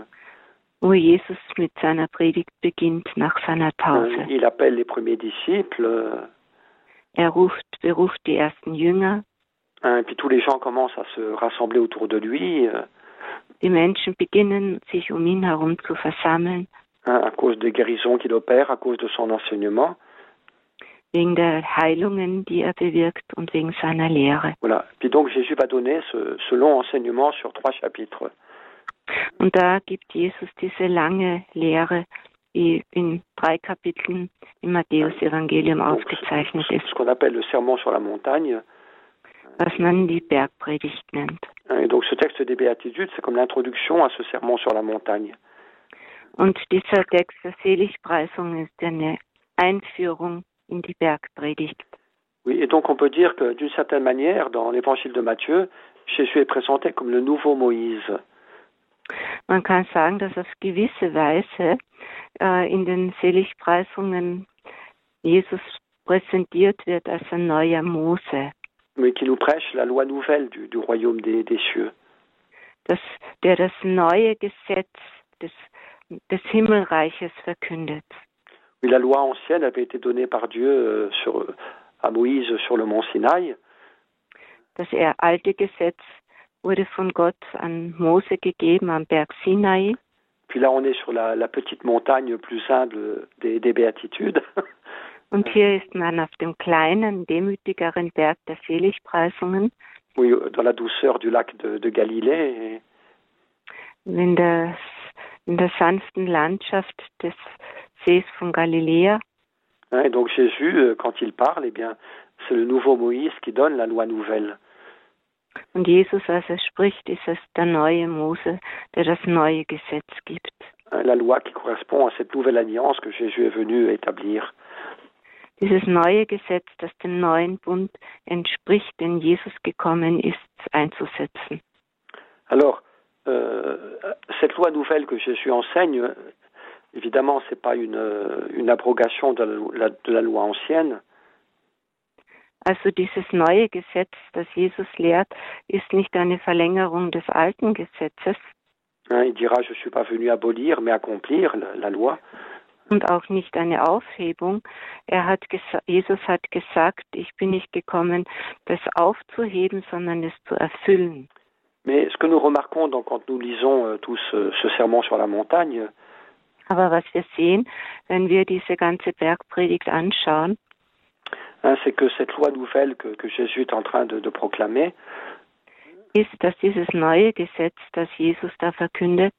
Speaker 3: wo Jesus mit seiner Predigt beginnt nach seiner Taufe.
Speaker 2: euh, Il appelle les premiers disciples, euh,
Speaker 3: Er ruft, beruft die ersten Jünger,
Speaker 2: hein, et puis tous les gens commencent à se rassembler autour de lui euh,
Speaker 3: die Menschen beginnen, sich um ihn herum zu versammeln,
Speaker 2: hein, à cause des guérisons qu'il opère, à cause de son enseignement.
Speaker 3: wegen der Heilungen, die er bewirkt und wegen seiner Lehre.
Speaker 2: Voilà. Puis donc Jésus va donner ce, ce long enseignement sur trois chapitres.
Speaker 3: Und da gibt Jesus diese lange Lehre, die in drei Kapiteln im Matthäus-Evangelium
Speaker 2: Donc,
Speaker 3: aufgezeichnet
Speaker 2: ce
Speaker 3: ist,
Speaker 2: ce qu'on appelle le sermon sur la montagne.
Speaker 3: was man die Bergpredigt nennt.
Speaker 2: Hein, Et donc ce texte des béatitudes, c'est comme l'introduction à ce sermon sur la montagne.
Speaker 3: Und dieser Text der Seligpreisung ist eine Einführung in die Bergpredigt.
Speaker 2: Oui, et donc on peut dire que d'une certaine manière, dans l'évangile de Matthieu, Jésus est présenté comme le nouveau Moïse.
Speaker 3: Man kann sagen, dass auf gewisse Weise äh, in den Seligpreisungen Jesus präsentiert wird als ein neuer Mose,
Speaker 2: mais qui nous prêche la loi nouvelle du, du royaume des, des cieux.
Speaker 3: dass, der das neue Gesetz des, des Himmelreiches verkündet.
Speaker 2: Oui, la loi ancienne avait été donnée par Dieu euh, sur, à Moïse sur le mont Sinaï,
Speaker 3: Das er- alte Gesetz wurde von Gott an Mose gegeben am Berg Sinai.
Speaker 2: puis là on est sur la, la petite montagne plus humble des, des béatitudes.
Speaker 3: Und hier ist man auf dem kleinen, demütigeren Berg der Seligpreisungen,
Speaker 2: Oui, dans la douceur du lac de, de Galilée.
Speaker 3: in der, in der sanften Landschaft des Sees von Galiläa.
Speaker 2: Et, hein, et donc Jésus, euh, quand il parle, eh bien, c'est le nouveau Moïse qui donne la loi nouvelle.
Speaker 3: Und Jesus, als er spricht, ist es der neue Mose, der das neue Gesetz gibt.
Speaker 2: Hein, La loi qui correspond à cette nouvelle alliance que Jésus est venu établir.
Speaker 3: Dieses neue Gesetz, das dem neuen Bund entspricht, den Jesus gekommen ist, einzusetzen.
Speaker 2: Alors, euh, cette loi nouvelle que Jésus enseigne, euh, évidemment, ce n'est pas une, euh, une abrogation de la, lo- la- de la loi ancienne,
Speaker 3: Also dieses neue Gesetz, das Jesus lehrt, ist nicht eine Verlängerung des alten Gesetzes.
Speaker 2: hein, il dira, je ne suis pas venu abolir, mais accomplir la, la loi.
Speaker 3: und auch nicht eine Aufhebung. Er hat Jesus hat gesagt, ich bin nicht gekommen, das aufzuheben, sondern es zu erfüllen.
Speaker 2: Mais ce que nous remarquons donc, quand nous lisons euh, tout ce, ce sermon sur la montagne,
Speaker 3: Aber was wir sehen, wenn wir diese ganze Bergpredigt anschauen,
Speaker 2: hein, c'est que cette loi nouvelle que, que Jésus est en train de, de proclamer,
Speaker 3: ist, dass dieses neue Gesetz, das Jesus da verkündet,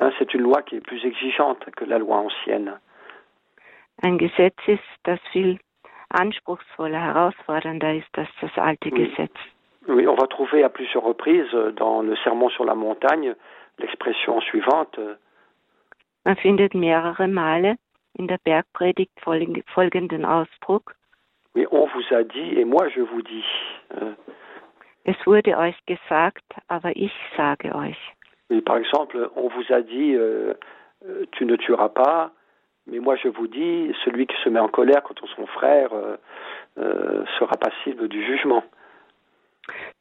Speaker 2: hein, c'est une loi qui est plus exigeante que la loi ancienne.
Speaker 3: ein Gesetz ist, das viel anspruchsvoller, herausfordernder ist als das alte
Speaker 2: Mhm.
Speaker 3: Gesetz.
Speaker 2: Oui, on va trouver à plusieurs reprises euh, dans le sermon sur la montagne l'expression suivante euh,
Speaker 3: Man findet mehrere Male in der Bergpredigt folgen- folgenden Ausdruck,
Speaker 2: Mais on vous a dit et moi je vous dis. Euh,
Speaker 3: es wurde euch gesagt, aber ich sage euch.
Speaker 2: oui, par exemple, on vous a dit euh, euh, tu ne tueras pas, mais moi je vous dis celui qui se met en colère contre son frère euh, euh, sera passible du jugement.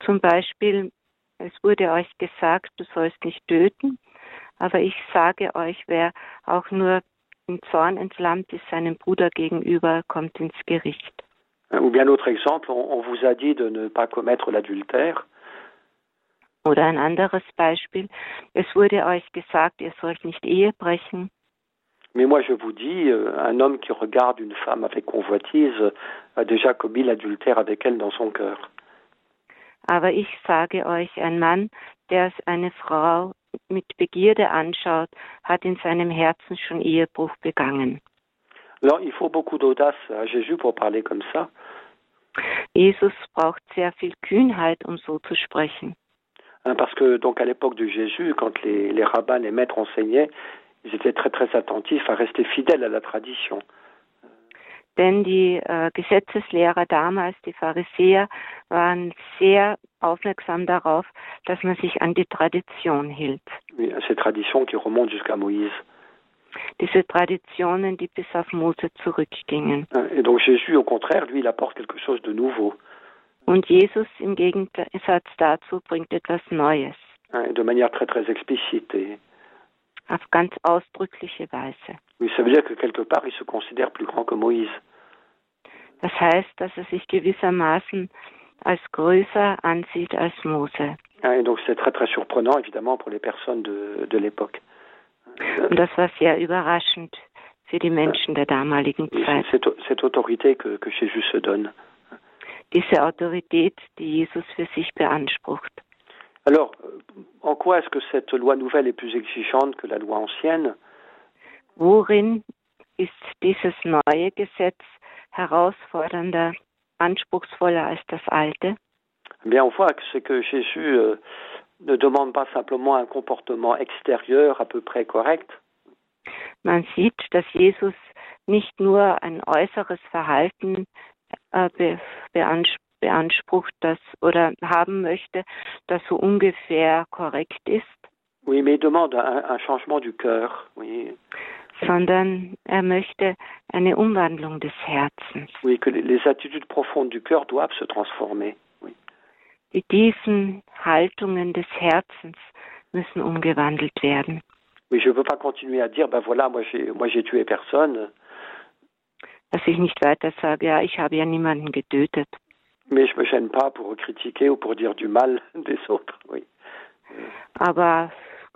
Speaker 3: Zum Beispiel, es wurde euch gesagt, du sollst nicht töten, aber ich sage euch, wer auch nur im Zorn entflammt ist seinem Bruder gegenüber, kommt ins Gericht.
Speaker 2: Hein, Ou bien l'autre exemple, on, on vous a dit de ne pas commettre l'adultère,
Speaker 3: Oder ein anderes Beispiel, es wurde euch gesagt, ihr sollt nicht Ehe brechen,
Speaker 2: mais moi je vous dis euh, un homme qui regarde une femme avec convoitise euh, a déjà commis l'adultère avec elle dans son cœur.
Speaker 3: aber ich sage euch, ein Mann, der eine Frau mit Begierde anschaut, hat in seinem Herzen schon Ehebruch begangen.
Speaker 2: Alors il faut beaucoup d'audace à Jésus pour parler comme ça.
Speaker 3: Jesus braucht sehr viel Kühnheit, um so zu sprechen.
Speaker 2: Hein, parce que donc à l'époque de Jésus, quand les, les rabbins, les maîtres enseignaient, ils étaient très très attentifs à rester fidèles à la tradition.
Speaker 3: Denn die äh, Gesetzeslehrer damals, die Pharisäer, waren sehr aufmerksam darauf, dass man sich an die Tradition hielt.
Speaker 2: Oui, à ces traditions qui remontent jusqu'à Moïse.
Speaker 3: Diese Traditionen, die bis auf Mose zurückgingen.
Speaker 2: Hein, Et donc Jésus, au contraire, lui, il apporte quelque chose de nouveau.
Speaker 3: Und Jesus im Gegensatz dazu bringt etwas Neues,
Speaker 2: hein, et de manière très très explicite. Et,
Speaker 3: auf ganz ausdrückliche Weise.
Speaker 2: oui, ça veut dire que quelque part, il se considère plus grand que Moïse.
Speaker 3: Das heißt, dass er sich gewissermaßen als größer ansieht als Mose.
Speaker 2: Hein, et donc c'est très très surprenant, évidemment, pour les personnes de, de l'époque.
Speaker 3: Und das war sehr überraschend für die Menschen der damaligen
Speaker 2: Et
Speaker 3: Zeit.
Speaker 2: c'est- Cette, cette autorité que, que Jésus se donne.
Speaker 3: diese Autorität, die Jesus für sich beansprucht.
Speaker 2: Alors, euh, en quoi est-ce que cette loi nouvelle est plus exigeante que la loi ancienne
Speaker 3: Worin ist dieses neue Gesetz herausfordernder, anspruchsvoller als das alte?
Speaker 2: Eh bien, on voit que c'est que Jésus euh, ne demande pas simplement un comportement extérieur à peu près correct,
Speaker 3: Man sieht, dass Jesus nicht nur ein äußeres Verhalten äh, be beansprucht, beansprucht das oder haben möchte, das so ungefähr korrekt ist,
Speaker 2: oui, mais il demande un, un changement du cœur, oui,
Speaker 3: sondern er möchte eine Umwandlung des Herzens.
Speaker 2: oui, que les- les attitudes profondes du cœur doivent se transformer. Oui.
Speaker 3: Die tiefen Haltungen des Herzens müssen umgewandelt werden.
Speaker 2: Mais je ne peux pas continuer à dire, ben voilà, moi j'ai, moi j'ai tué personne,
Speaker 3: Dass ich nicht weiter sage, ja, ich habe ja niemanden getötet.
Speaker 2: mais je me gêne pas pour critiquer ou pour dire du mal des autres. Oui.
Speaker 3: Aber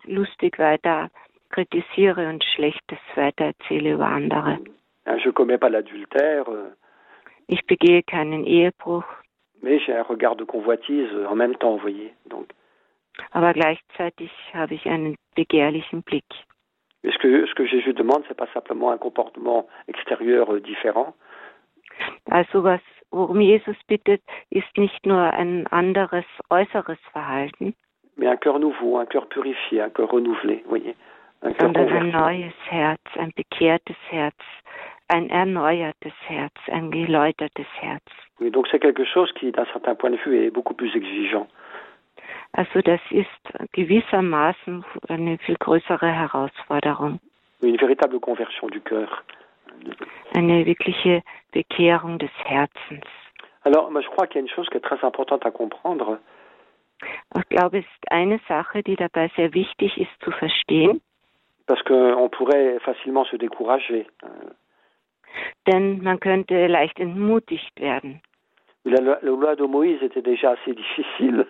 Speaker 3: lustig weiter kritisiere und Schlechtes weiter erzähle über andere.
Speaker 2: Hein, je commets pas l'adultère, euh,
Speaker 3: Ich begehe keinen Ehebruch,
Speaker 2: mais j'ai un regard de convoitise euh, en même temps, vous voyez. Donc,
Speaker 3: aber gleichzeitig habe ich einen begehrlichen Blick.
Speaker 2: et ce que, ce que Jésus demande, c'est pas simplement un comportement extérieur euh, différent,
Speaker 3: Also was, worum Jesus bittet, ist nicht nur ein anderes äußeres Verhalten,
Speaker 2: mais un cœur nouveau, un cœur purifié, un cœur renouvelé, vous voyez. Un cœur
Speaker 3: sondern ein
Speaker 2: converti.
Speaker 3: neues Herz, ein bekehrtes Herz, ein erneuertes Herz, ein geläutertes Herz.
Speaker 2: Oui, donc c'est quelque chose qui, d'un certain point de vue, est beaucoup plus exigeant.
Speaker 3: Also das ist gewissermaßen eine viel größere Herausforderung,
Speaker 2: Une véritable conversion du cœur.
Speaker 3: eine wirkliche Bekehrung des Herzens.
Speaker 2: Alors, moi, je crois qu'il y a une chose qui est très importante à comprendre,
Speaker 3: Ich glaube, es ist eine Sache, die dabei sehr wichtig ist zu verstehen,
Speaker 2: Parce qu'on pourrait facilement se décourager. Euh,
Speaker 3: denn man könnte leicht entmutigt werden.
Speaker 2: La, la loi de Moïse était déjà assez difficile.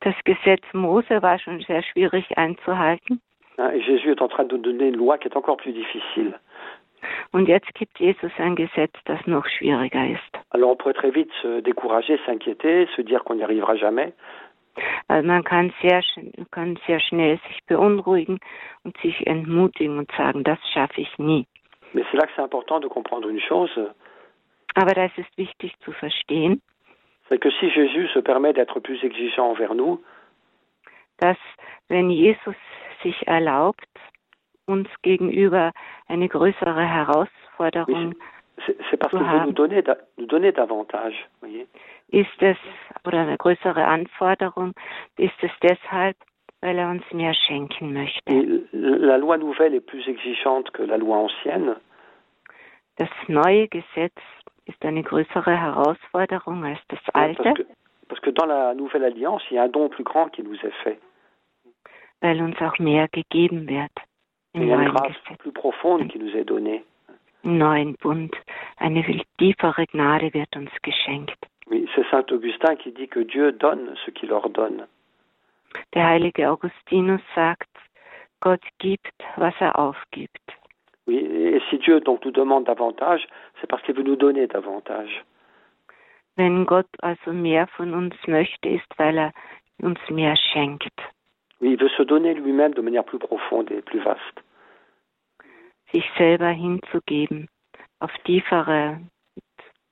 Speaker 3: Das Gesetz Mose war schon sehr schwierig einzuhalten.
Speaker 2: hein, et Jésus est en train de nous donner une loi qui est encore plus difficile.
Speaker 3: Und jetzt gibt Jesus ein Gesetz, das noch schwieriger ist.
Speaker 2: Alors on pourrait très vite se décourager, s'inquiéter, se dire qu'on n'y arrivera jamais.
Speaker 3: Also man kann sehr, schn- kann sehr schnell sich beunruhigen und sich entmutigen und sagen, das schaffe ich nie.
Speaker 2: Mais c'est là que c'est important de comprendre une chose,
Speaker 3: Aber das ist wichtig zu verstehen,
Speaker 2: c'est que si Jésus se permet d'être plus exigeant envers nous,
Speaker 3: dass wenn Jesus sich erlaubt, uns gegenüber eine größere Herausforderung
Speaker 2: c'est c'est parce qu'il
Speaker 3: Wow.
Speaker 2: veut nous donner, da- nous donner davantage. Voyez.
Speaker 3: ist es, oder eine größere Anforderung, ist es deshalb, weil er uns mehr schenken
Speaker 2: Et
Speaker 3: möchte.
Speaker 2: l- la loi nouvelle est plus exigeante que la loi ancienne, hein,
Speaker 3: Das neue Gesetz ist eine größere Herausforderung als das
Speaker 2: hein,
Speaker 3: alte,
Speaker 2: parce que, parce que dans la nouvelle alliance, il y a un don plus grand qui nous est fait,
Speaker 3: weil uns auch mehr gegeben wird
Speaker 2: il
Speaker 3: im
Speaker 2: y a une
Speaker 3: neuen
Speaker 2: grâce
Speaker 3: Gesetz,
Speaker 2: plus profonde qui nous est donnée.
Speaker 3: im neuen Bund. Eine viel tiefere Gnade wird uns geschenkt.
Speaker 2: Oui, c'est saint Augustin qui dit que Dieu donne ce qu'il ordonne.
Speaker 3: Der heilige Augustinus sagt, Gott gibt, was er aufgibt.
Speaker 2: Oui, et si Dieu donc nous demande davantage, c'est parce qu'il veut nous donner davantage.
Speaker 3: Wenn Gott also mehr von uns möchte, ist, weil er uns mehr schenkt.
Speaker 2: Oui, il veut se donner lui-même de manière plus profonde et plus vaste.
Speaker 3: sich selber hinzugeben auf tiefere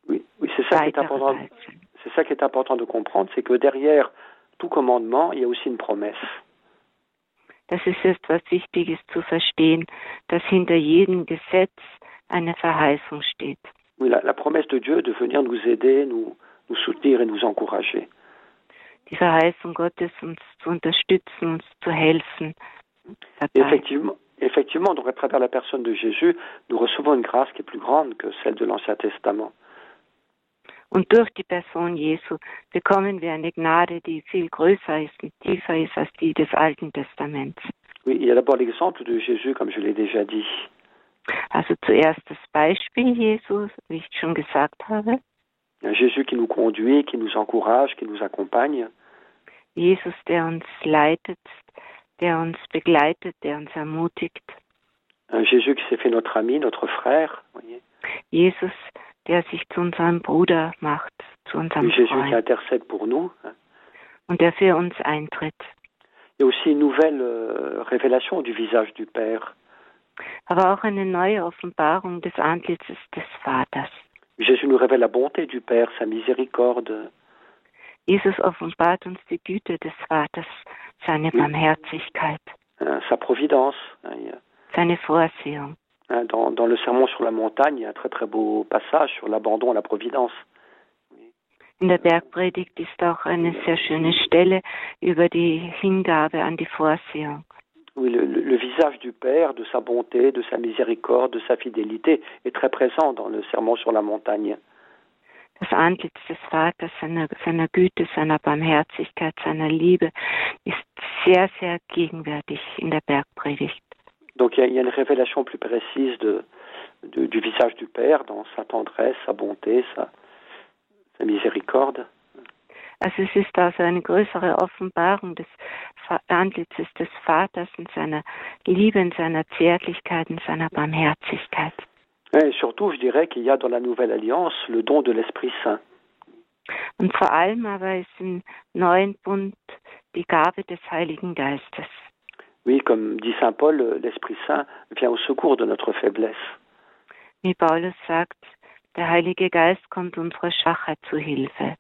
Speaker 2: Oui, oui, c'est ça qui est
Speaker 3: weitere
Speaker 2: important.
Speaker 3: Weise.
Speaker 2: C'est ça qui est important de comprendre, c'est que derrière tout commandement, il y a aussi une promesse.
Speaker 3: Das ist etwas Wichtiges zu verstehen, dass hinter jedem Gesetz eine Verheißung steht.
Speaker 2: Oui, la, la promesse de Dieu de venir nous aider, nous, nous soutenir et nous encourager.
Speaker 3: Die Verheißung Gottes, uns zu unterstützen, uns zu helfen.
Speaker 2: Et
Speaker 3: Dabei.
Speaker 2: effectivement, effectivement, donc à travers la personne de Jésus, nous recevons une grâce qui est plus grande que celle de l'Ancien Testament.
Speaker 3: Und durch die Person Jesu bekommen wir eine Gnade, die viel größer ist und tiefer ist als die des Alten Testaments.
Speaker 2: Oui, il y a d'abord l'exemple de Jésus, comme je l'ai déjà dit.
Speaker 3: Also zuerst das Beispiel Jesus, wie ich schon gesagt habe.
Speaker 2: Un Jésus qui nous conduit, qui nous encourage, qui nous accompagne.
Speaker 3: Jesus, der uns leitet, der uns begleitet, der uns ermutigt.
Speaker 2: Un Jésus qui s'est fait notre ami, notre frère. voyez.
Speaker 3: Jesus, der sich zu unserem Bruder macht, zu unserem
Speaker 2: Un Jésus qui
Speaker 3: Freund
Speaker 2: intercède pour nous. hein.
Speaker 3: und der für uns eintritt.
Speaker 2: Il y a aussi une nouvelle euh, révélation du visage du Père.
Speaker 3: Aber auch eine neue Offenbarung des Antlitzes des Vaters.
Speaker 2: Jésus nous révèle la bonté du Père, sa miséricorde.
Speaker 3: Jesus offenbart uns die Güte des Vaters, seine Barmherzigkeit,
Speaker 2: hein, sa providence. hein, il y a-
Speaker 3: seine Vorsehung.
Speaker 2: hein, Dans, dans le sermon sur la montagne, il y a un très très beau passage sur l'abandon à la providence.
Speaker 3: In der Bergpredigt ist auch eine sehr schöne Stelle über die Hingabe an die Vorsehung.
Speaker 2: Oui, le, le- le visage du Père, de sa bonté, de sa miséricorde, de sa fidélité est très présent dans le sermon sur la montagne.
Speaker 3: Das Antlitz des Vaters, seiner, seiner Güte, seiner Barmherzigkeit, seiner Liebe ist sehr, sehr gegenwärtig in der Bergpredigt.
Speaker 2: Donc il y a, il y a une révélation plus précise de, de- du visage du Père dans sa tendresse, sa bonté, sa, sa miséricorde.
Speaker 3: Also es ist also eine größere Offenbarung des Va- Antlitzes des Vaters und seiner Liebe, in seiner Zärtlichkeit, in seiner Barmherzigkeit.
Speaker 2: Et surtout, je dirais qu'il y a dans la Nouvelle Alliance le don de l'Esprit Saint.
Speaker 3: Und vor allem aber ist im neuen Bund die Gabe des Heiligen Geistes.
Speaker 2: Oui, comme dit Saint Paul, euh, l'Esprit Saint vient au secours de notre faiblesse.
Speaker 3: Wie Paulus sagt, der Heilige Geist kommt unserer Schachheit zu Hilfe.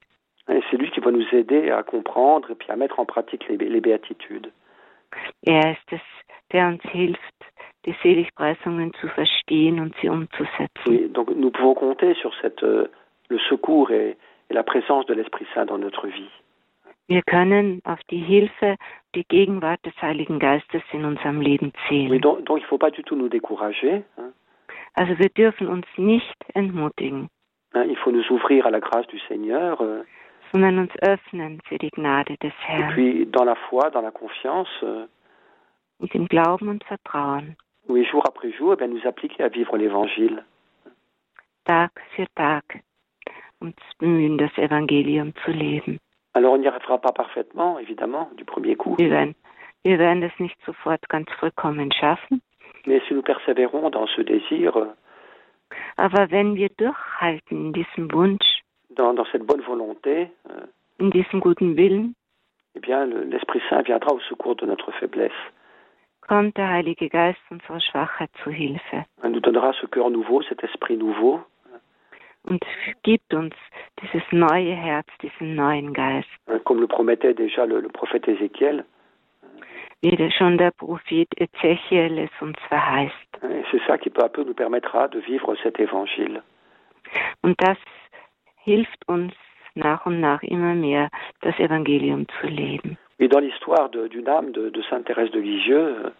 Speaker 2: Et c'est lui qui va nous aider à comprendre et puis à mettre en pratique les, les béatitudes.
Speaker 3: Er ist es, der uns hilft, die Seligpreisungen zu verstehen und sie umzusetzen.
Speaker 2: Oui, donc nous pouvons compter sur cette, euh, le secours et, et la présence de l'Esprit Saint dans notre vie.
Speaker 3: Wir können auf die Hilfe, die Gegenwart des Heiligen Geistes in unserem Leben
Speaker 2: Oui,
Speaker 3: zählen.
Speaker 2: donc, donc il ne faut pas du tout nous décourager. hein.
Speaker 3: Also wir dürfen uns nicht entmutigen,
Speaker 2: Hein, il faut nous ouvrir à la grâce du Seigneur. euh,
Speaker 3: sondern uns öffnen für die Gnade des
Speaker 2: Et
Speaker 3: Herrn.
Speaker 2: puis, dans la foi, dans la confiance, euh,
Speaker 3: und im Glauben und Vertrauen,
Speaker 2: Oui, jour après jour, eh bien, nous appliquer à vivre l'évangile.
Speaker 3: Tag für Tag, uns bemühen, das Evangelium zu leben.
Speaker 2: Alors on n'y arrivera pas parfaitement, évidemment, du premier coup,
Speaker 3: Wir werden, wir werden es nicht sofort ganz vollkommen schaffen,
Speaker 2: mais si nous persévérons dans ce désir, euh,
Speaker 3: aber wenn wir durchhalten in diesem Wunsch,
Speaker 2: dans, dans cette bonne volonté, euh,
Speaker 3: in diesem guten Willen,
Speaker 2: eh bien le- l'Esprit Saint viendra au secours de notre faiblesse.
Speaker 3: kommt der Heilige Geist unserer Schwachheit zu Hilfe
Speaker 2: Il nous donnera ce cœur nouveau, cet esprit nouveau,
Speaker 3: und gibt uns dieses neue Herz, diesen neuen Geist,
Speaker 2: hein, comme le promettait déjà le, le prophète Ézéchiel.
Speaker 3: wie der- schon der Prophet Ezechiel es uns verheißt.
Speaker 2: hein, et c'est ça qui peu à peu nous permettra de vivre cet évangile.
Speaker 3: Und das hilft uns nach und nach immer mehr, das Evangelium zu leben.
Speaker 2: Et dans l'histoire de- d'une âme de, de Sainte Thérèse de Lisieux, euh,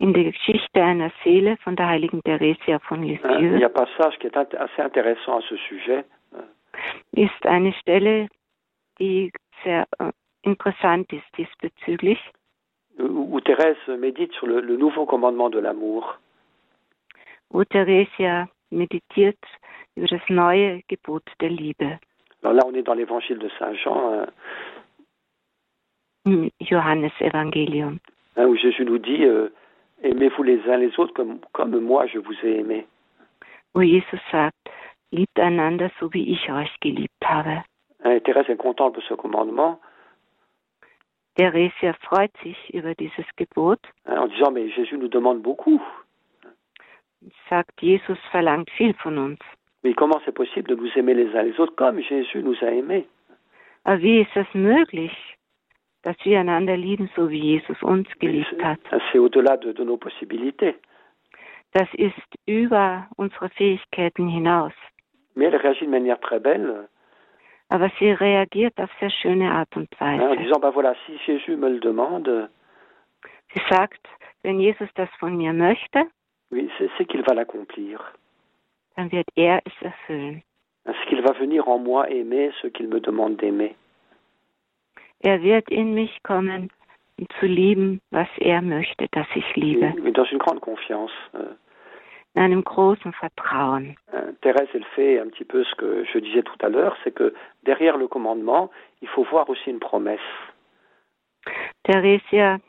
Speaker 3: In der Geschichte einer Seele von der heiligen Theresia von
Speaker 2: hein, il y
Speaker 3: Lisieux
Speaker 2: a un passage qui est int- assez intéressant à ce sujet. hein,
Speaker 3: ist eine Stelle, die sehr äh, interessant ist diesbezüglich.
Speaker 2: où, où Thérèse médite sur le, le nouveau commandement de l'amour.
Speaker 3: wo Theresia meditiert über das neue Gebot der Liebe.
Speaker 2: Alors là, on est dans l'évangile de Saint Jean, hein,
Speaker 3: Im Johannesevangelium,
Speaker 2: hein, où Jésus nous dit euh, Aimez-vous les uns les autres comme, comme moi je vous ai aimé.
Speaker 3: wo Jesus sagt, liebt einander so wie ich euch geliebt habe.
Speaker 2: Hein, et Thérèse est contente de ce commandement
Speaker 3: Theresia freut sich über dieses Gebot
Speaker 2: hein, en disant Mais Jésus nous demande beaucoup.
Speaker 3: und sagt, Jesus verlangt viel von uns.
Speaker 2: Mais comment c'est possible de nous aimer les uns les autres comme Jésus nous a aimés
Speaker 3: Aber wie ist es möglich, dass wir einander lieben, so wie Jesus uns geliebt hat?
Speaker 2: C'est hein, c'est au-delà de, de nos possibilités.
Speaker 3: Das ist über unsere Fähigkeiten hinaus.
Speaker 2: Mais elle réagit de manière très belle
Speaker 3: Aber sie reagiert auf sehr schöne Art und
Speaker 2: hein,
Speaker 3: Weise.
Speaker 2: en disant Ben voilà, si Jésus me le demande,
Speaker 3: Sie sagt, wenn Jesus das von mir möchte,
Speaker 2: oui, c'est c'est qu'il va l'accomplir.
Speaker 3: dann wird er es erfüllen.
Speaker 2: Hein, C'est qu'il va venir en moi aimer ce qu'il me demande d'aimer.
Speaker 3: Er wird in mich kommen, um zu lieben, was er möchte, dass ich liebe.
Speaker 2: Mais dans une grande confiance. Euh,
Speaker 3: In einem großen Vertrauen.
Speaker 2: euh, Thérèse, elle fait un petit peu ce que je disais tout à l'heure, c'est que derrière le commandement, il faut voir aussi une promesse.
Speaker 3: Theresia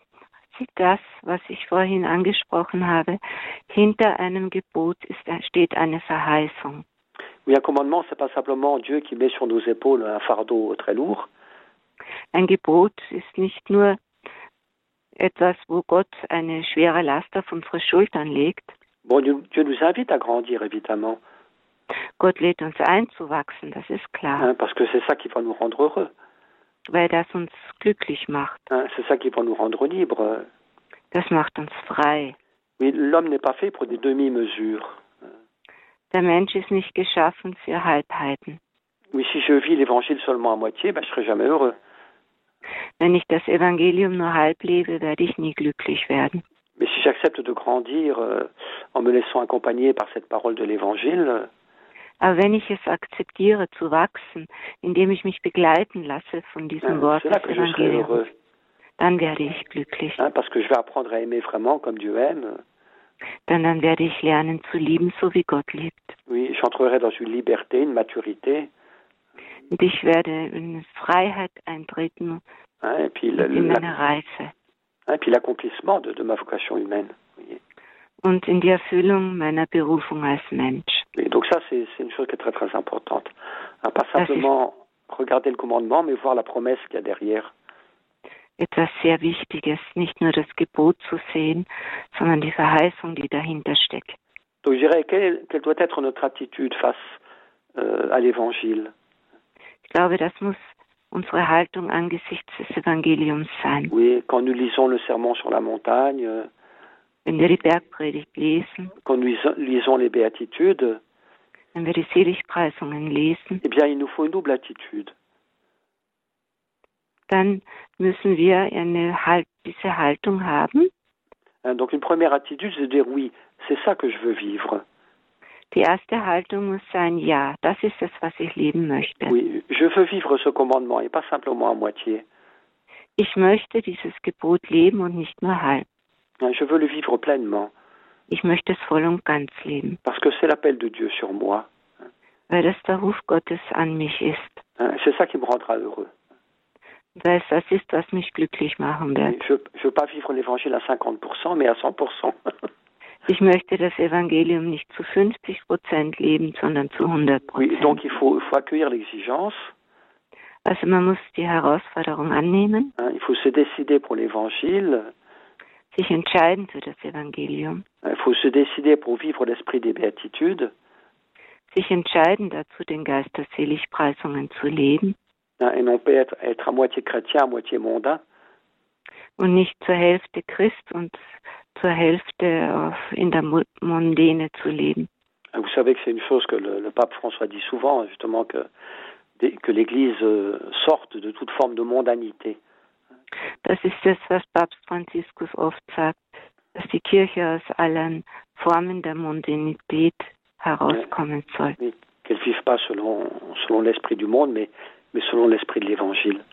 Speaker 3: sieht das, was ich vorhin angesprochen habe. Hinter einem Gebot ist, steht eine Verheißung.
Speaker 2: Oui, un commandement, c'est pas simplement Dieu qui met sur nos épaules un fardeau très lourd,
Speaker 3: Ein Gebot ist nicht nur etwas, wo Gott eine schwere Last auf unsere Schultern legt.
Speaker 2: Bon, Dieu, Dieu nous invite à grandir, évidemment,
Speaker 3: Gott lädt uns ein zu wachsen, das ist klar,
Speaker 2: hein, parce que c'est ça qui va nous rendre heureux,
Speaker 3: weil das uns glücklich macht.
Speaker 2: hein, c'est ça qui va nous rendre libres.
Speaker 3: Das macht uns frei.
Speaker 2: Mais l'homme n'est pas fait pour des demi-mesures.
Speaker 3: Der Mensch ist nicht geschaffen für Halbheiten.
Speaker 2: Oui, si je vis l'évangile seulement à moitié, ben, je serai jamais heureux.
Speaker 3: Wenn ich das Evangelium nur halb lebe, werde ich nie glücklich werden.
Speaker 2: Mais si j'accepte de grandir euh, en me laissant accompagner par cette parole de l'évangile, euh,
Speaker 3: Aber wenn ich es akzeptiere, zu wachsen, indem ich mich begleiten lasse von diesem
Speaker 2: hein,
Speaker 3: Wort
Speaker 2: c'est là
Speaker 3: des
Speaker 2: que je serai heureux,
Speaker 3: Evangeliums, dann werde ich glücklich.
Speaker 2: hein, parce que je vais apprendre à aimer vraiment comme Dieu aime.
Speaker 3: Denn dann werde ich lernen zu lieben, so wie Gott liebt.
Speaker 2: Oui, j'entrerai dans une liberté, une maturité,
Speaker 3: Und ich werde in Freiheit eintreten
Speaker 2: hein, et puis le-
Speaker 3: in
Speaker 2: le- la-
Speaker 3: meine Reise
Speaker 2: hein, puis l'accomplissement de, de ma vocation humaine. vous voyez.
Speaker 3: und in die Erfüllung meiner Berufung als Mensch.
Speaker 2: Et donc ça, c'est c'est une chose qui est très très importante. Hein, pas
Speaker 3: c'est-
Speaker 2: simplement regarder le commandement, mais voir la promesse qu'il y a derrière.
Speaker 3: etwas sehr Wichtiges, nicht nur das Gebot zu sehen, sondern die Verheißung, die dahinter steckt.
Speaker 2: Donc je dirais, quelle, quelle doit être notre attitude face euh, à l'évangile
Speaker 3: Ich glaube, das muss unsere Haltung angesichts des Evangeliums sein.
Speaker 2: Oui, quand nous lisons le sermon sur la montagne... euh,
Speaker 3: Wenn wir die Bergpredigt lesen,
Speaker 2: quand nous lisons- lisons les béatitudes,
Speaker 3: wenn wir die Seligpreisungen lesen,
Speaker 2: eh bien, il nous faut une double attitude.
Speaker 3: dann müssen wir eine halt, diese Haltung haben.
Speaker 2: Hein, donc, une première attitude, c'est de dire oui, c'est ça que je veux vivre.
Speaker 3: Die erste Haltung muss sein, ja, das ist es, was ich leben möchte.
Speaker 2: Oui, je veux vivre ce commandement et pas simplement à moitié.
Speaker 3: Ich möchte dieses Gebot leben und nicht nur halb.
Speaker 2: Hein, Je veux le vivre pleinement
Speaker 3: Ich möchte es voll und ganz leben,
Speaker 2: parce que c'est l'appel de Dieu sur moi.
Speaker 3: weil das der Ruf Gottes an mich ist,
Speaker 2: Hein, C'est ça qui me rendra heureux.
Speaker 3: weil es das ist, was mich glücklich machen wird.
Speaker 2: Je ne veux pas vivre l'évangile à 50%, mais à 100%.
Speaker 3: Ich möchte das Evangelium nicht zu 50 Prozent leben, sondern zu 100
Speaker 2: Oui,
Speaker 3: Prozent.
Speaker 2: donc il faut, il faut accueillir l'exigence,
Speaker 3: Also man muss die Herausforderung annehmen,
Speaker 2: hein, il faut se décider pour l'évangile,
Speaker 3: sich entscheiden für das Evangelium,
Speaker 2: hein, il faut se décider pour vivre l'esprit des béatitudes,
Speaker 3: sich entscheiden dazu, den Geist der Seligpreisungen zu leben
Speaker 2: hein, et non pas être, être à moitié chrétien, à moitié mondain.
Speaker 3: und nicht zur Hälfte Christ und zur Hälfte äh, in der Mu- Mondäne zu leben.
Speaker 2: Hein, Vous savez que c'est une chose que le, le pape François dit souvent, hein, justement, que, dès- que l'Église euh, sorte de toute forme de mondanité.
Speaker 3: Das ist das, was Papst Franziskus oft sagt, dass die Kirche aus allen Formen der Mondänität herauskommen soll.
Speaker 2: Oui, qu'elle ne vive pas selon, selon l'esprit du monde, mais, mais selon l'esprit de l'Évangile.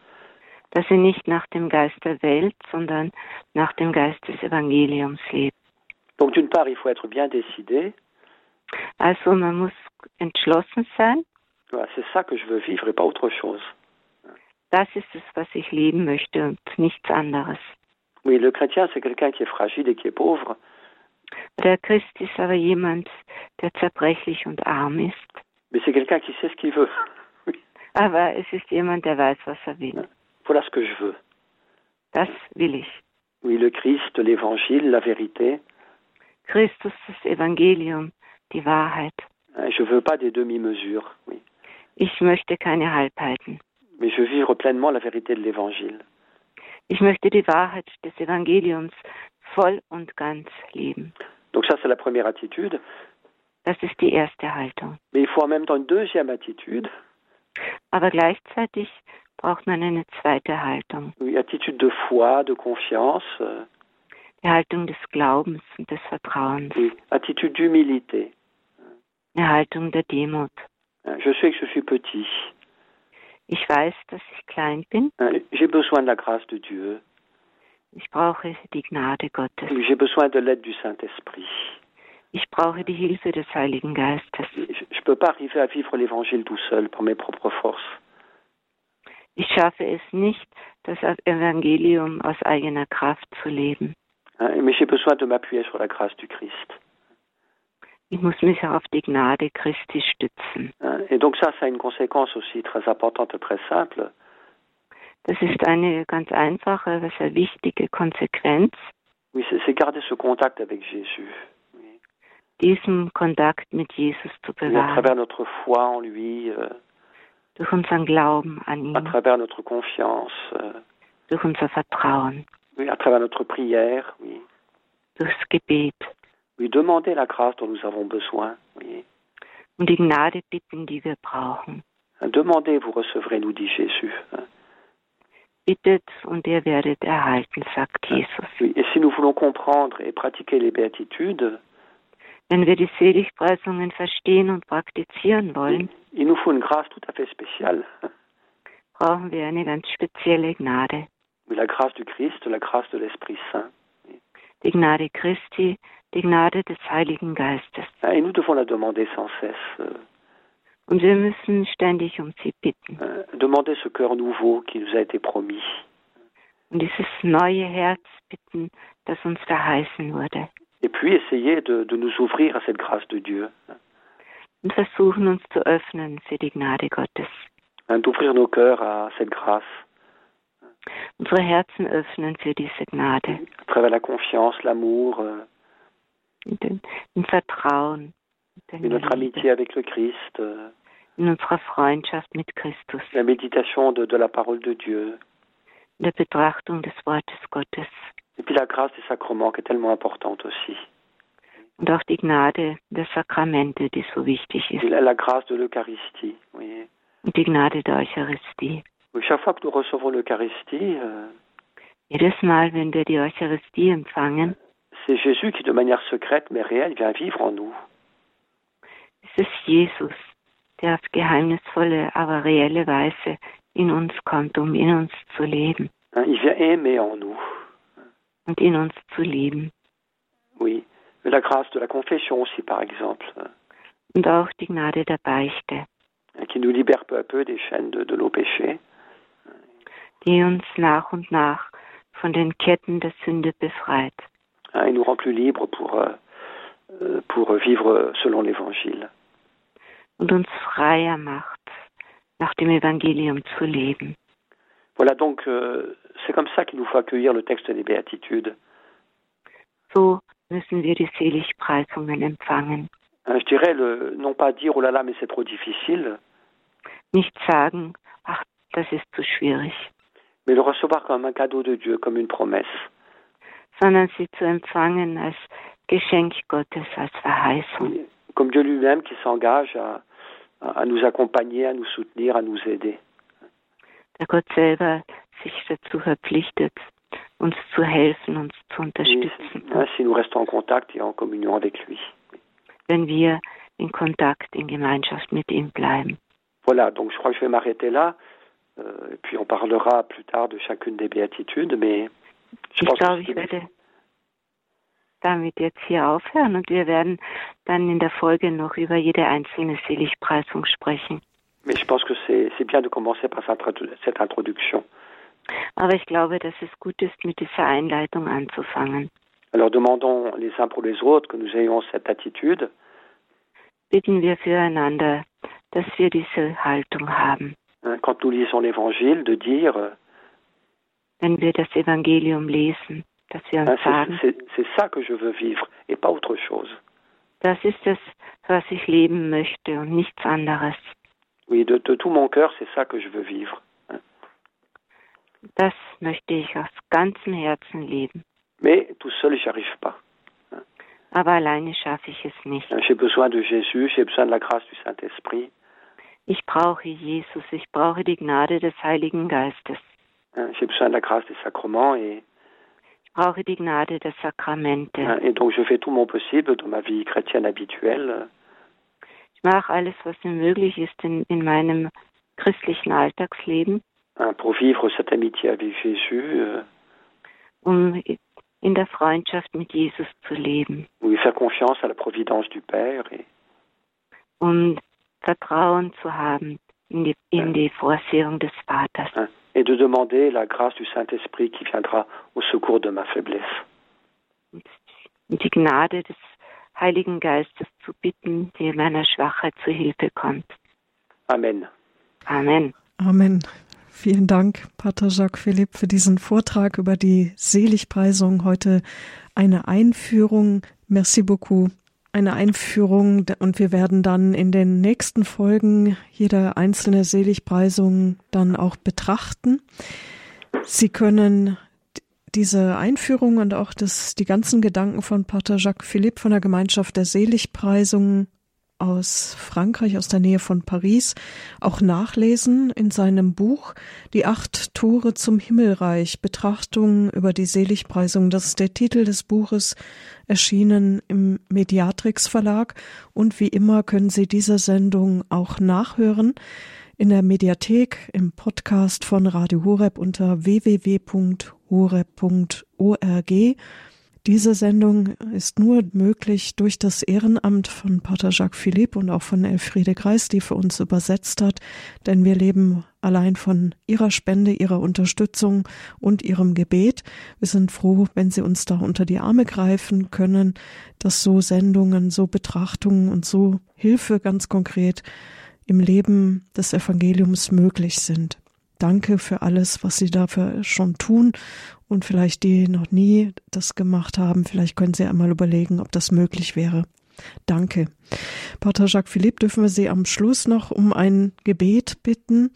Speaker 3: dass sie nicht nach dem Geist der Welt, sondern nach dem Geist des Evangeliums lebt.
Speaker 2: Donc d'une part, il faut être bien décidé.
Speaker 3: Also man muss entschlossen sein,
Speaker 2: Voilà, c'est ça que je veux vivre et pas autre chose.
Speaker 3: das ist es, was ich leben möchte und nichts anderes.
Speaker 2: Oui, le chrétien, c'est quelqu'un qui est fragile et qui est pauvre.
Speaker 3: Der Christ ist aber jemand, der zerbrechlich und arm ist,
Speaker 2: Mais c'est quelqu'un qui sait ce qu'il veut.
Speaker 3: aber es ist jemand, der weiß, was er will.
Speaker 2: Voilà ce que je veux.
Speaker 3: Das will ich.
Speaker 2: Oui, le Christ, l'Évangile, la vérité.
Speaker 3: Christus, das Evangelium, die Wahrheit.
Speaker 2: Hein, Je veux pas des demi-mesures. Oui,
Speaker 3: Ich möchte keine Halt Halbheiten.
Speaker 2: mais je veux vivre pleinement la vérité de l'Évangile.
Speaker 3: Ich möchte die Wahrheit des Evangeliums voll und ganz leben.
Speaker 2: Donc ça, c'est la première attitude.
Speaker 3: Das ist die erste Haltung.
Speaker 2: Mais il faut en même temps une deuxième attitude,
Speaker 3: Aber gleichzeitig braucht man eine zweite Haltung,
Speaker 2: une attitude de foi, de confiance, euh,
Speaker 3: die Haltung des Glaubens und des Vertrauens,
Speaker 2: oui, attitude d'humilité.
Speaker 3: eine Haltung der Demut.
Speaker 2: Hein, Je sais que je suis petit.
Speaker 3: Ich weiß, dass ich klein bin,
Speaker 2: Hein, J'ai besoin de la grâce de Dieu.
Speaker 3: ich brauche die Gnade Gottes,
Speaker 2: J'ai besoin de l'aide du Saint-Esprit.
Speaker 3: ich brauche die Hilfe des Heiligen Geistes.
Speaker 2: Je ne peux pas arriver à vivre l'Évangile tout seul par mes propres forces.
Speaker 3: Ich schaffe es nicht, das Evangelium aus eigener Kraft zu leben.
Speaker 2: Hein, mais j'ai besoin de m'appuyer sur la grâce du Christ.
Speaker 3: Ich muss mich auf die Gnade Christi stützen.
Speaker 2: hein. Et donc ça, ça a une conséquence aussi très importante et très simple.
Speaker 3: Das ist eine ganz einfache, aber sehr wichtige Konsequenz,
Speaker 2: Oui, c'est c'est garder ce contact avec Jésus. Oui.
Speaker 3: diesen Kontakt mit Jesus zu
Speaker 2: Et à
Speaker 3: bewahren.
Speaker 2: travers notre foi en lui, euh,
Speaker 3: durch unseren Glauben
Speaker 2: à
Speaker 3: an ihn,
Speaker 2: travers notre confiance, euh,
Speaker 3: durch unser Vertrauen,
Speaker 2: oui, à travers notre prière. Oui.
Speaker 3: durchs Gebet
Speaker 2: oui, demander la grâce dont nous avons besoin. Oui.
Speaker 3: und die Gnade bitten, die wir brauchen.
Speaker 2: Hein, Demandez, vous recevrez, nous dit Jésus. hein.
Speaker 3: Bittet und ihr werdet erhalten, sagt Jesus.
Speaker 2: Oui, Et si nous voulons comprendre et pratiquer les béatitudes,
Speaker 3: Wenn wir die Seligpreisungen verstehen und praktizieren wollen,
Speaker 2: il nous faut une grâce tout à fait spéciale.
Speaker 3: brauchen wir eine ganz spezielle Gnade.
Speaker 2: Mais la grâce du Christ, la grâce de l'Esprit Saint.
Speaker 3: Die Gnade Christi, die Gnade des Heiligen Geistes.
Speaker 2: Hein, Et nous devons la demander sans cesse. euh,
Speaker 3: Und wir müssen ständig um sie bitten.
Speaker 2: hein, Demander ce cœur nouveau qui nous a été promis.
Speaker 3: Und dieses neue Herz bitten, das uns verheißen wurde.
Speaker 2: Et puis essayer de, de nous ouvrir à cette grâce de Dieu.
Speaker 3: Und versuchen uns zu öffnen für die Gnade Gottes.
Speaker 2: hein, D'ouvrir nos cœurs à cette grâce
Speaker 3: unsere Herzen öffnen für diese Gnade,
Speaker 2: à travers la confiance, l'amour euh,
Speaker 3: in dem, im Vertrauen, in,
Speaker 2: et
Speaker 3: der
Speaker 2: notre amitié
Speaker 3: Liebe,
Speaker 2: avec le Christ, euh,
Speaker 3: in unserer Freundschaft mit Christus,
Speaker 2: la méditation de, de la parole de Dieu.
Speaker 3: in der Betrachtung des Wortes Gottes
Speaker 2: Et puis la grâce des sacrements qui est tellement importante aussi.
Speaker 3: und auch die Gnade der Sakramente, die so wichtig
Speaker 2: Et
Speaker 3: ist,
Speaker 2: la, la grâce de l'Eucharistie. Oui.
Speaker 3: und die Gnade der Eucharistie.
Speaker 2: Oui, Chaque fois que nous recevons l'Eucharistie, euh,
Speaker 3: Jedes Mal, wenn wir die Eucharistie empfangen,
Speaker 2: c'est Jésus qui, de manière secrète mais réelle, vient vivre en nous.
Speaker 3: ist es Jesus, der auf geheimnisvolle, aber reelle Weise in uns kommt, um in uns zu leben
Speaker 2: Hein, il vient aimer en nous.
Speaker 3: und in uns zu lieben.
Speaker 2: Oui. La grâce de la confession aussi, par exemple,
Speaker 3: und auch die Gnade der Beichte,
Speaker 2: hein, qui nous libère peu à peu des chaînes de, de nos péchés
Speaker 3: die uns nach und nach von den Ketten der Sünde befreit
Speaker 2: hein, et nous rend plus libres pour, euh, euh, pour vivre selon l'Évangile.
Speaker 3: und uns freier macht, nach dem Evangelium zu leben.
Speaker 2: Voilà donc, euh, c'est comme ça qu'il nous faut accueillir le texte des Béatitudes.
Speaker 3: So müssen wir die Seligpreisungen empfangen.
Speaker 2: Hein, je dirais le, non pas dire oh là là mais c'est trop difficile,
Speaker 3: Nicht sagen, ach, das ist zu schwierig,
Speaker 2: mais le recevoir comme un cadeau de Dieu, comme une promesse.
Speaker 3: sondern sie zu empfangen als Geschenk Gottes, als Verheißung.
Speaker 2: Comme Dieu lui-même qui s'engage à, à nous accompagner, à nous soutenir, à nous aider.
Speaker 3: Der Gott selber sich dazu verpflichtet, uns zu helfen, uns zu
Speaker 2: Oui,
Speaker 3: unterstützen,
Speaker 2: hein, si nous restons en contact et en communion avec lui.
Speaker 3: wenn wir in Kontakt, in Gemeinschaft mit ihm bleiben.
Speaker 2: Voilà, donc je crois que je vais m'arrêter là. Euh, et puis on parlera plus tard de chacune des béatitudes, mais je
Speaker 3: Ich
Speaker 2: pense
Speaker 3: glaube, ich
Speaker 2: que c'est-
Speaker 3: werde damit jetzt hier aufhören und wir werden dann in der Folge noch über jede einzelne Seligpreisung sprechen.
Speaker 2: mais je pense que c'est c'est bien de commencer par cette introdu- cette introduction.
Speaker 3: Aber ich glaube, dass es gut ist, mit dieser Einleitung anzufangen.
Speaker 2: Alors demandons les uns pour les autres que nous ayons cette attitude,
Speaker 3: Bitten wir füreinander, dass wir diese Haltung haben,
Speaker 2: hein, quand nous lisons l'Évangile, de dire, euh,
Speaker 3: wenn wir das Evangelium lesen, dass wir
Speaker 2: hein,
Speaker 3: uns
Speaker 2: c'est-
Speaker 3: sagen,
Speaker 2: c'est c'est ça que je veux vivre et pas autre chose.
Speaker 3: das ist es, was ich leben möchte und nichts anderes.
Speaker 2: Oui, de, de tout mon cœur, c'est ça que je veux vivre.
Speaker 3: Das möchte ich aus ganzem Herzen leben.
Speaker 2: Mais tout seul, j'y arrive pas. Euh,
Speaker 3: Aber alleine schaffe ich es nicht.
Speaker 2: J'ai besoin de Jésus, j'ai besoin de la grâce du Saint-Esprit.
Speaker 3: Ich brauche Jesus, ich brauche die Gnade des Heiligen Geistes,
Speaker 2: hein, J'ai besoin de la grâce des sacrements et,
Speaker 3: ich brauche die Gnade der Sakramente.
Speaker 2: hein, et donc je fais tout mon possible dans ma vie chrétienne habituelle euh,
Speaker 3: Ich mache alles, was mir möglich ist in, in meinem christlichen Alltagsleben,
Speaker 2: hein, pour vivre cette amitié avec Jésus, euh,
Speaker 3: um in der Freundschaft mit Jesus zu leben,
Speaker 2: oui, faire confiance à la providence du Père et,
Speaker 3: um Vertrauen zu haben in die, in die Vorsehung des Vaters
Speaker 2: hein, et de demander la grâce du Saint-Esprit qui viendra au secours de ma faiblesse.
Speaker 3: und die Gnade des Heiligen Geistes zu bitten, die meiner Schwachheit zu Hilfe kommt.
Speaker 2: Amen.
Speaker 3: Amen.
Speaker 1: Amen. Vielen Dank, Pater Jacques Philipp, für diesen Vortrag über die Seligpreisung. Heute eine Einführung. Merci beaucoup. Eine Einführung und wir werden dann in den nächsten Folgen jede einzelne Seligpreisung dann auch betrachten. Sie können d- diese Einführung und auch das, die ganzen Gedanken von Pater Jacques Philipp von der Gemeinschaft der Seligpreisungen aus Frankreich, aus der Nähe von Paris, auch nachlesen in seinem Buch Die acht Tore zum Himmelreich, Betrachtungen über die Seligpreisung. Das ist der Titel des Buches, erschienen im Mediatrix Verlag. Und wie immer können Sie diese Sendung auch nachhören in der Mediathek, im Podcast von Radio Horeb unter www.horeb.org. Diese Sendung ist nur möglich durch das Ehrenamt von Pater Jacques Philipp und auch von Elfriede Greis, die für uns übersetzt hat, denn wir leben allein von ihrer Spende, ihrer Unterstützung und ihrem Gebet. Wir sind froh, wenn Sie uns da unter die Arme greifen können, dass so Sendungen, so Betrachtungen und so Hilfe ganz konkret im Leben des Evangeliums möglich sind. Danke für alles, was Sie dafür schon tun. Und vielleicht die noch nie das gemacht haben, vielleicht können Sie einmal überlegen, ob das möglich wäre. Danke. Pater Jacques Philipp, dürfen wir Sie am Schluss noch um ein Gebet bitten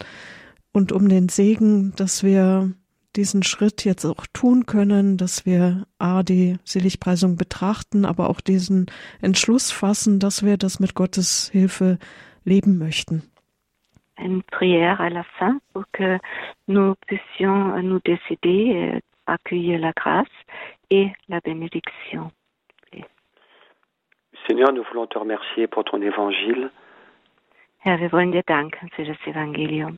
Speaker 1: und um den Segen, dass wir diesen Schritt jetzt auch tun können, dass wir A, die Seligpreisung betrachten, aber auch diesen Entschluss fassen, dass wir das mit Gottes Hilfe leben möchten.
Speaker 3: une prière à la fin pour que nous puissions nous décider et accueillir la grâce et la bénédiction.
Speaker 2: Seigneur, nous voulons te remercier pour ton évangile,
Speaker 3: Herr, wir wollen dir danken für das Evangelium,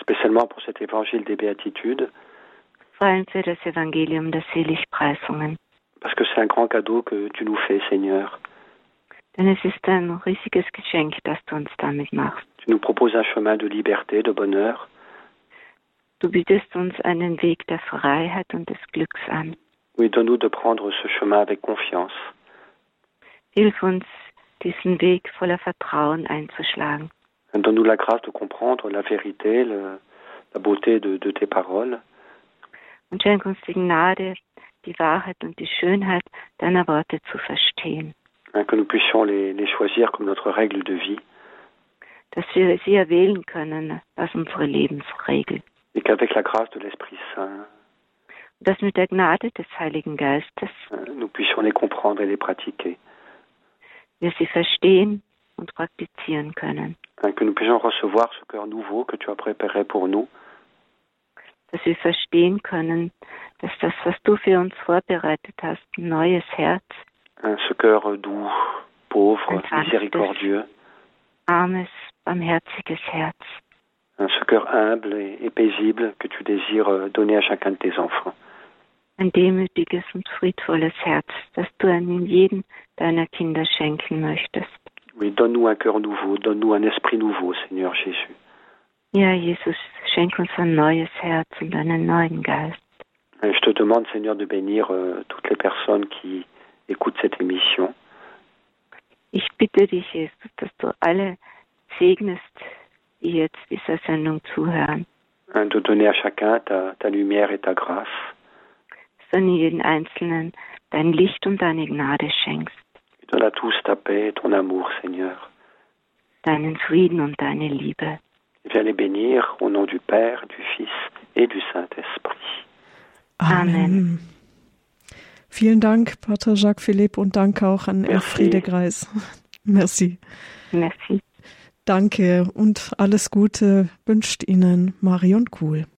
Speaker 2: spécialement pour cet évangile des béatitudes,
Speaker 3: vor allem für das Evangelium der Seligpreisungen,
Speaker 2: Parce que c'est un grand cadeau que tu nous fais, Seigneur.
Speaker 3: Denn es ist ein riesiges Geschenk, das du uns damit machst.
Speaker 2: Tu nous proposes un chemin de liberté, de bonheur.
Speaker 3: Du bietest uns einen Weg der Freiheit und des Glücks an.
Speaker 2: Oui, donne-nous de prendre ce chemin avec confiance.
Speaker 3: Hilf uns, diesen Weg voller Vertrauen einzuschlagen.
Speaker 2: Donne-nous la grâce de comprendre la vérité, le- la beauté de, de tes paroles.
Speaker 3: Und schenk uns die Gnade, die Wahrheit und die Schönheit deiner Worte zu verstehen,
Speaker 2: hein, que nous puissions les, les choisir comme notre règle de vie
Speaker 3: dass wir sie erwählen können als unsere Lebensregel.
Speaker 2: et qu'avec la grâce de l'Esprit Saint,
Speaker 3: dass mit der Gnade des Heiligen Geistes
Speaker 2: hein, nous puissions les comprendre et les pratiquer,
Speaker 3: wir sie verstehen und praktizieren können,
Speaker 2: hein, que nous puissions recevoir ce cœur nouveau que tu as préparé pour nous,
Speaker 3: dass wir verstehen können, dass das, was du für uns vorbereitet hast, ein neues Herz,
Speaker 2: hein, ce cœur doux, pauvre,
Speaker 3: Un Christ.
Speaker 2: miséricordieux,
Speaker 3: armes, barmherziges Herz,
Speaker 2: hein, ce cœur humble et, et paisible que tu désires euh, donner à chacun de tes enfants.
Speaker 3: ein demütiges und friedvolles Herz, das du an jeden deiner Kinder schenken möchtest.
Speaker 2: Oui, donne-nous un cœur nouveau, donne-nous un esprit nouveau, Seigneur Jésus.
Speaker 3: Ja, Jesus, schenk uns ein neues Herz und einen neuen Geist.
Speaker 2: Et Je te demande, Seigneur, de bénir euh, toutes les personnes qui écoutent cette émission,
Speaker 3: Ich bitte dich, Jesus, dass du alle segnest, die jetzt dieser Sendung zuhören.
Speaker 2: hein, de donner à chacun ta, ta lumière et ta grâce,
Speaker 3: sondern jeden Einzelnen dein Licht und deine Gnade schenkst,
Speaker 2: et donne à tous ta paix et ton amour, Seigneur.
Speaker 3: deinen Frieden und deine Liebe.
Speaker 2: Et viens les bénir au nom du Père, du Fils et du Saint-Esprit.
Speaker 1: Amen.
Speaker 3: Amen.
Speaker 1: Vielen Dank, Pater Jacques Philipp, und danke auch an
Speaker 2: Merci.
Speaker 1: Elfriede Greis. Merci.
Speaker 3: Merci.
Speaker 1: Danke und alles Gute wünscht Ihnen Marion Kuhl.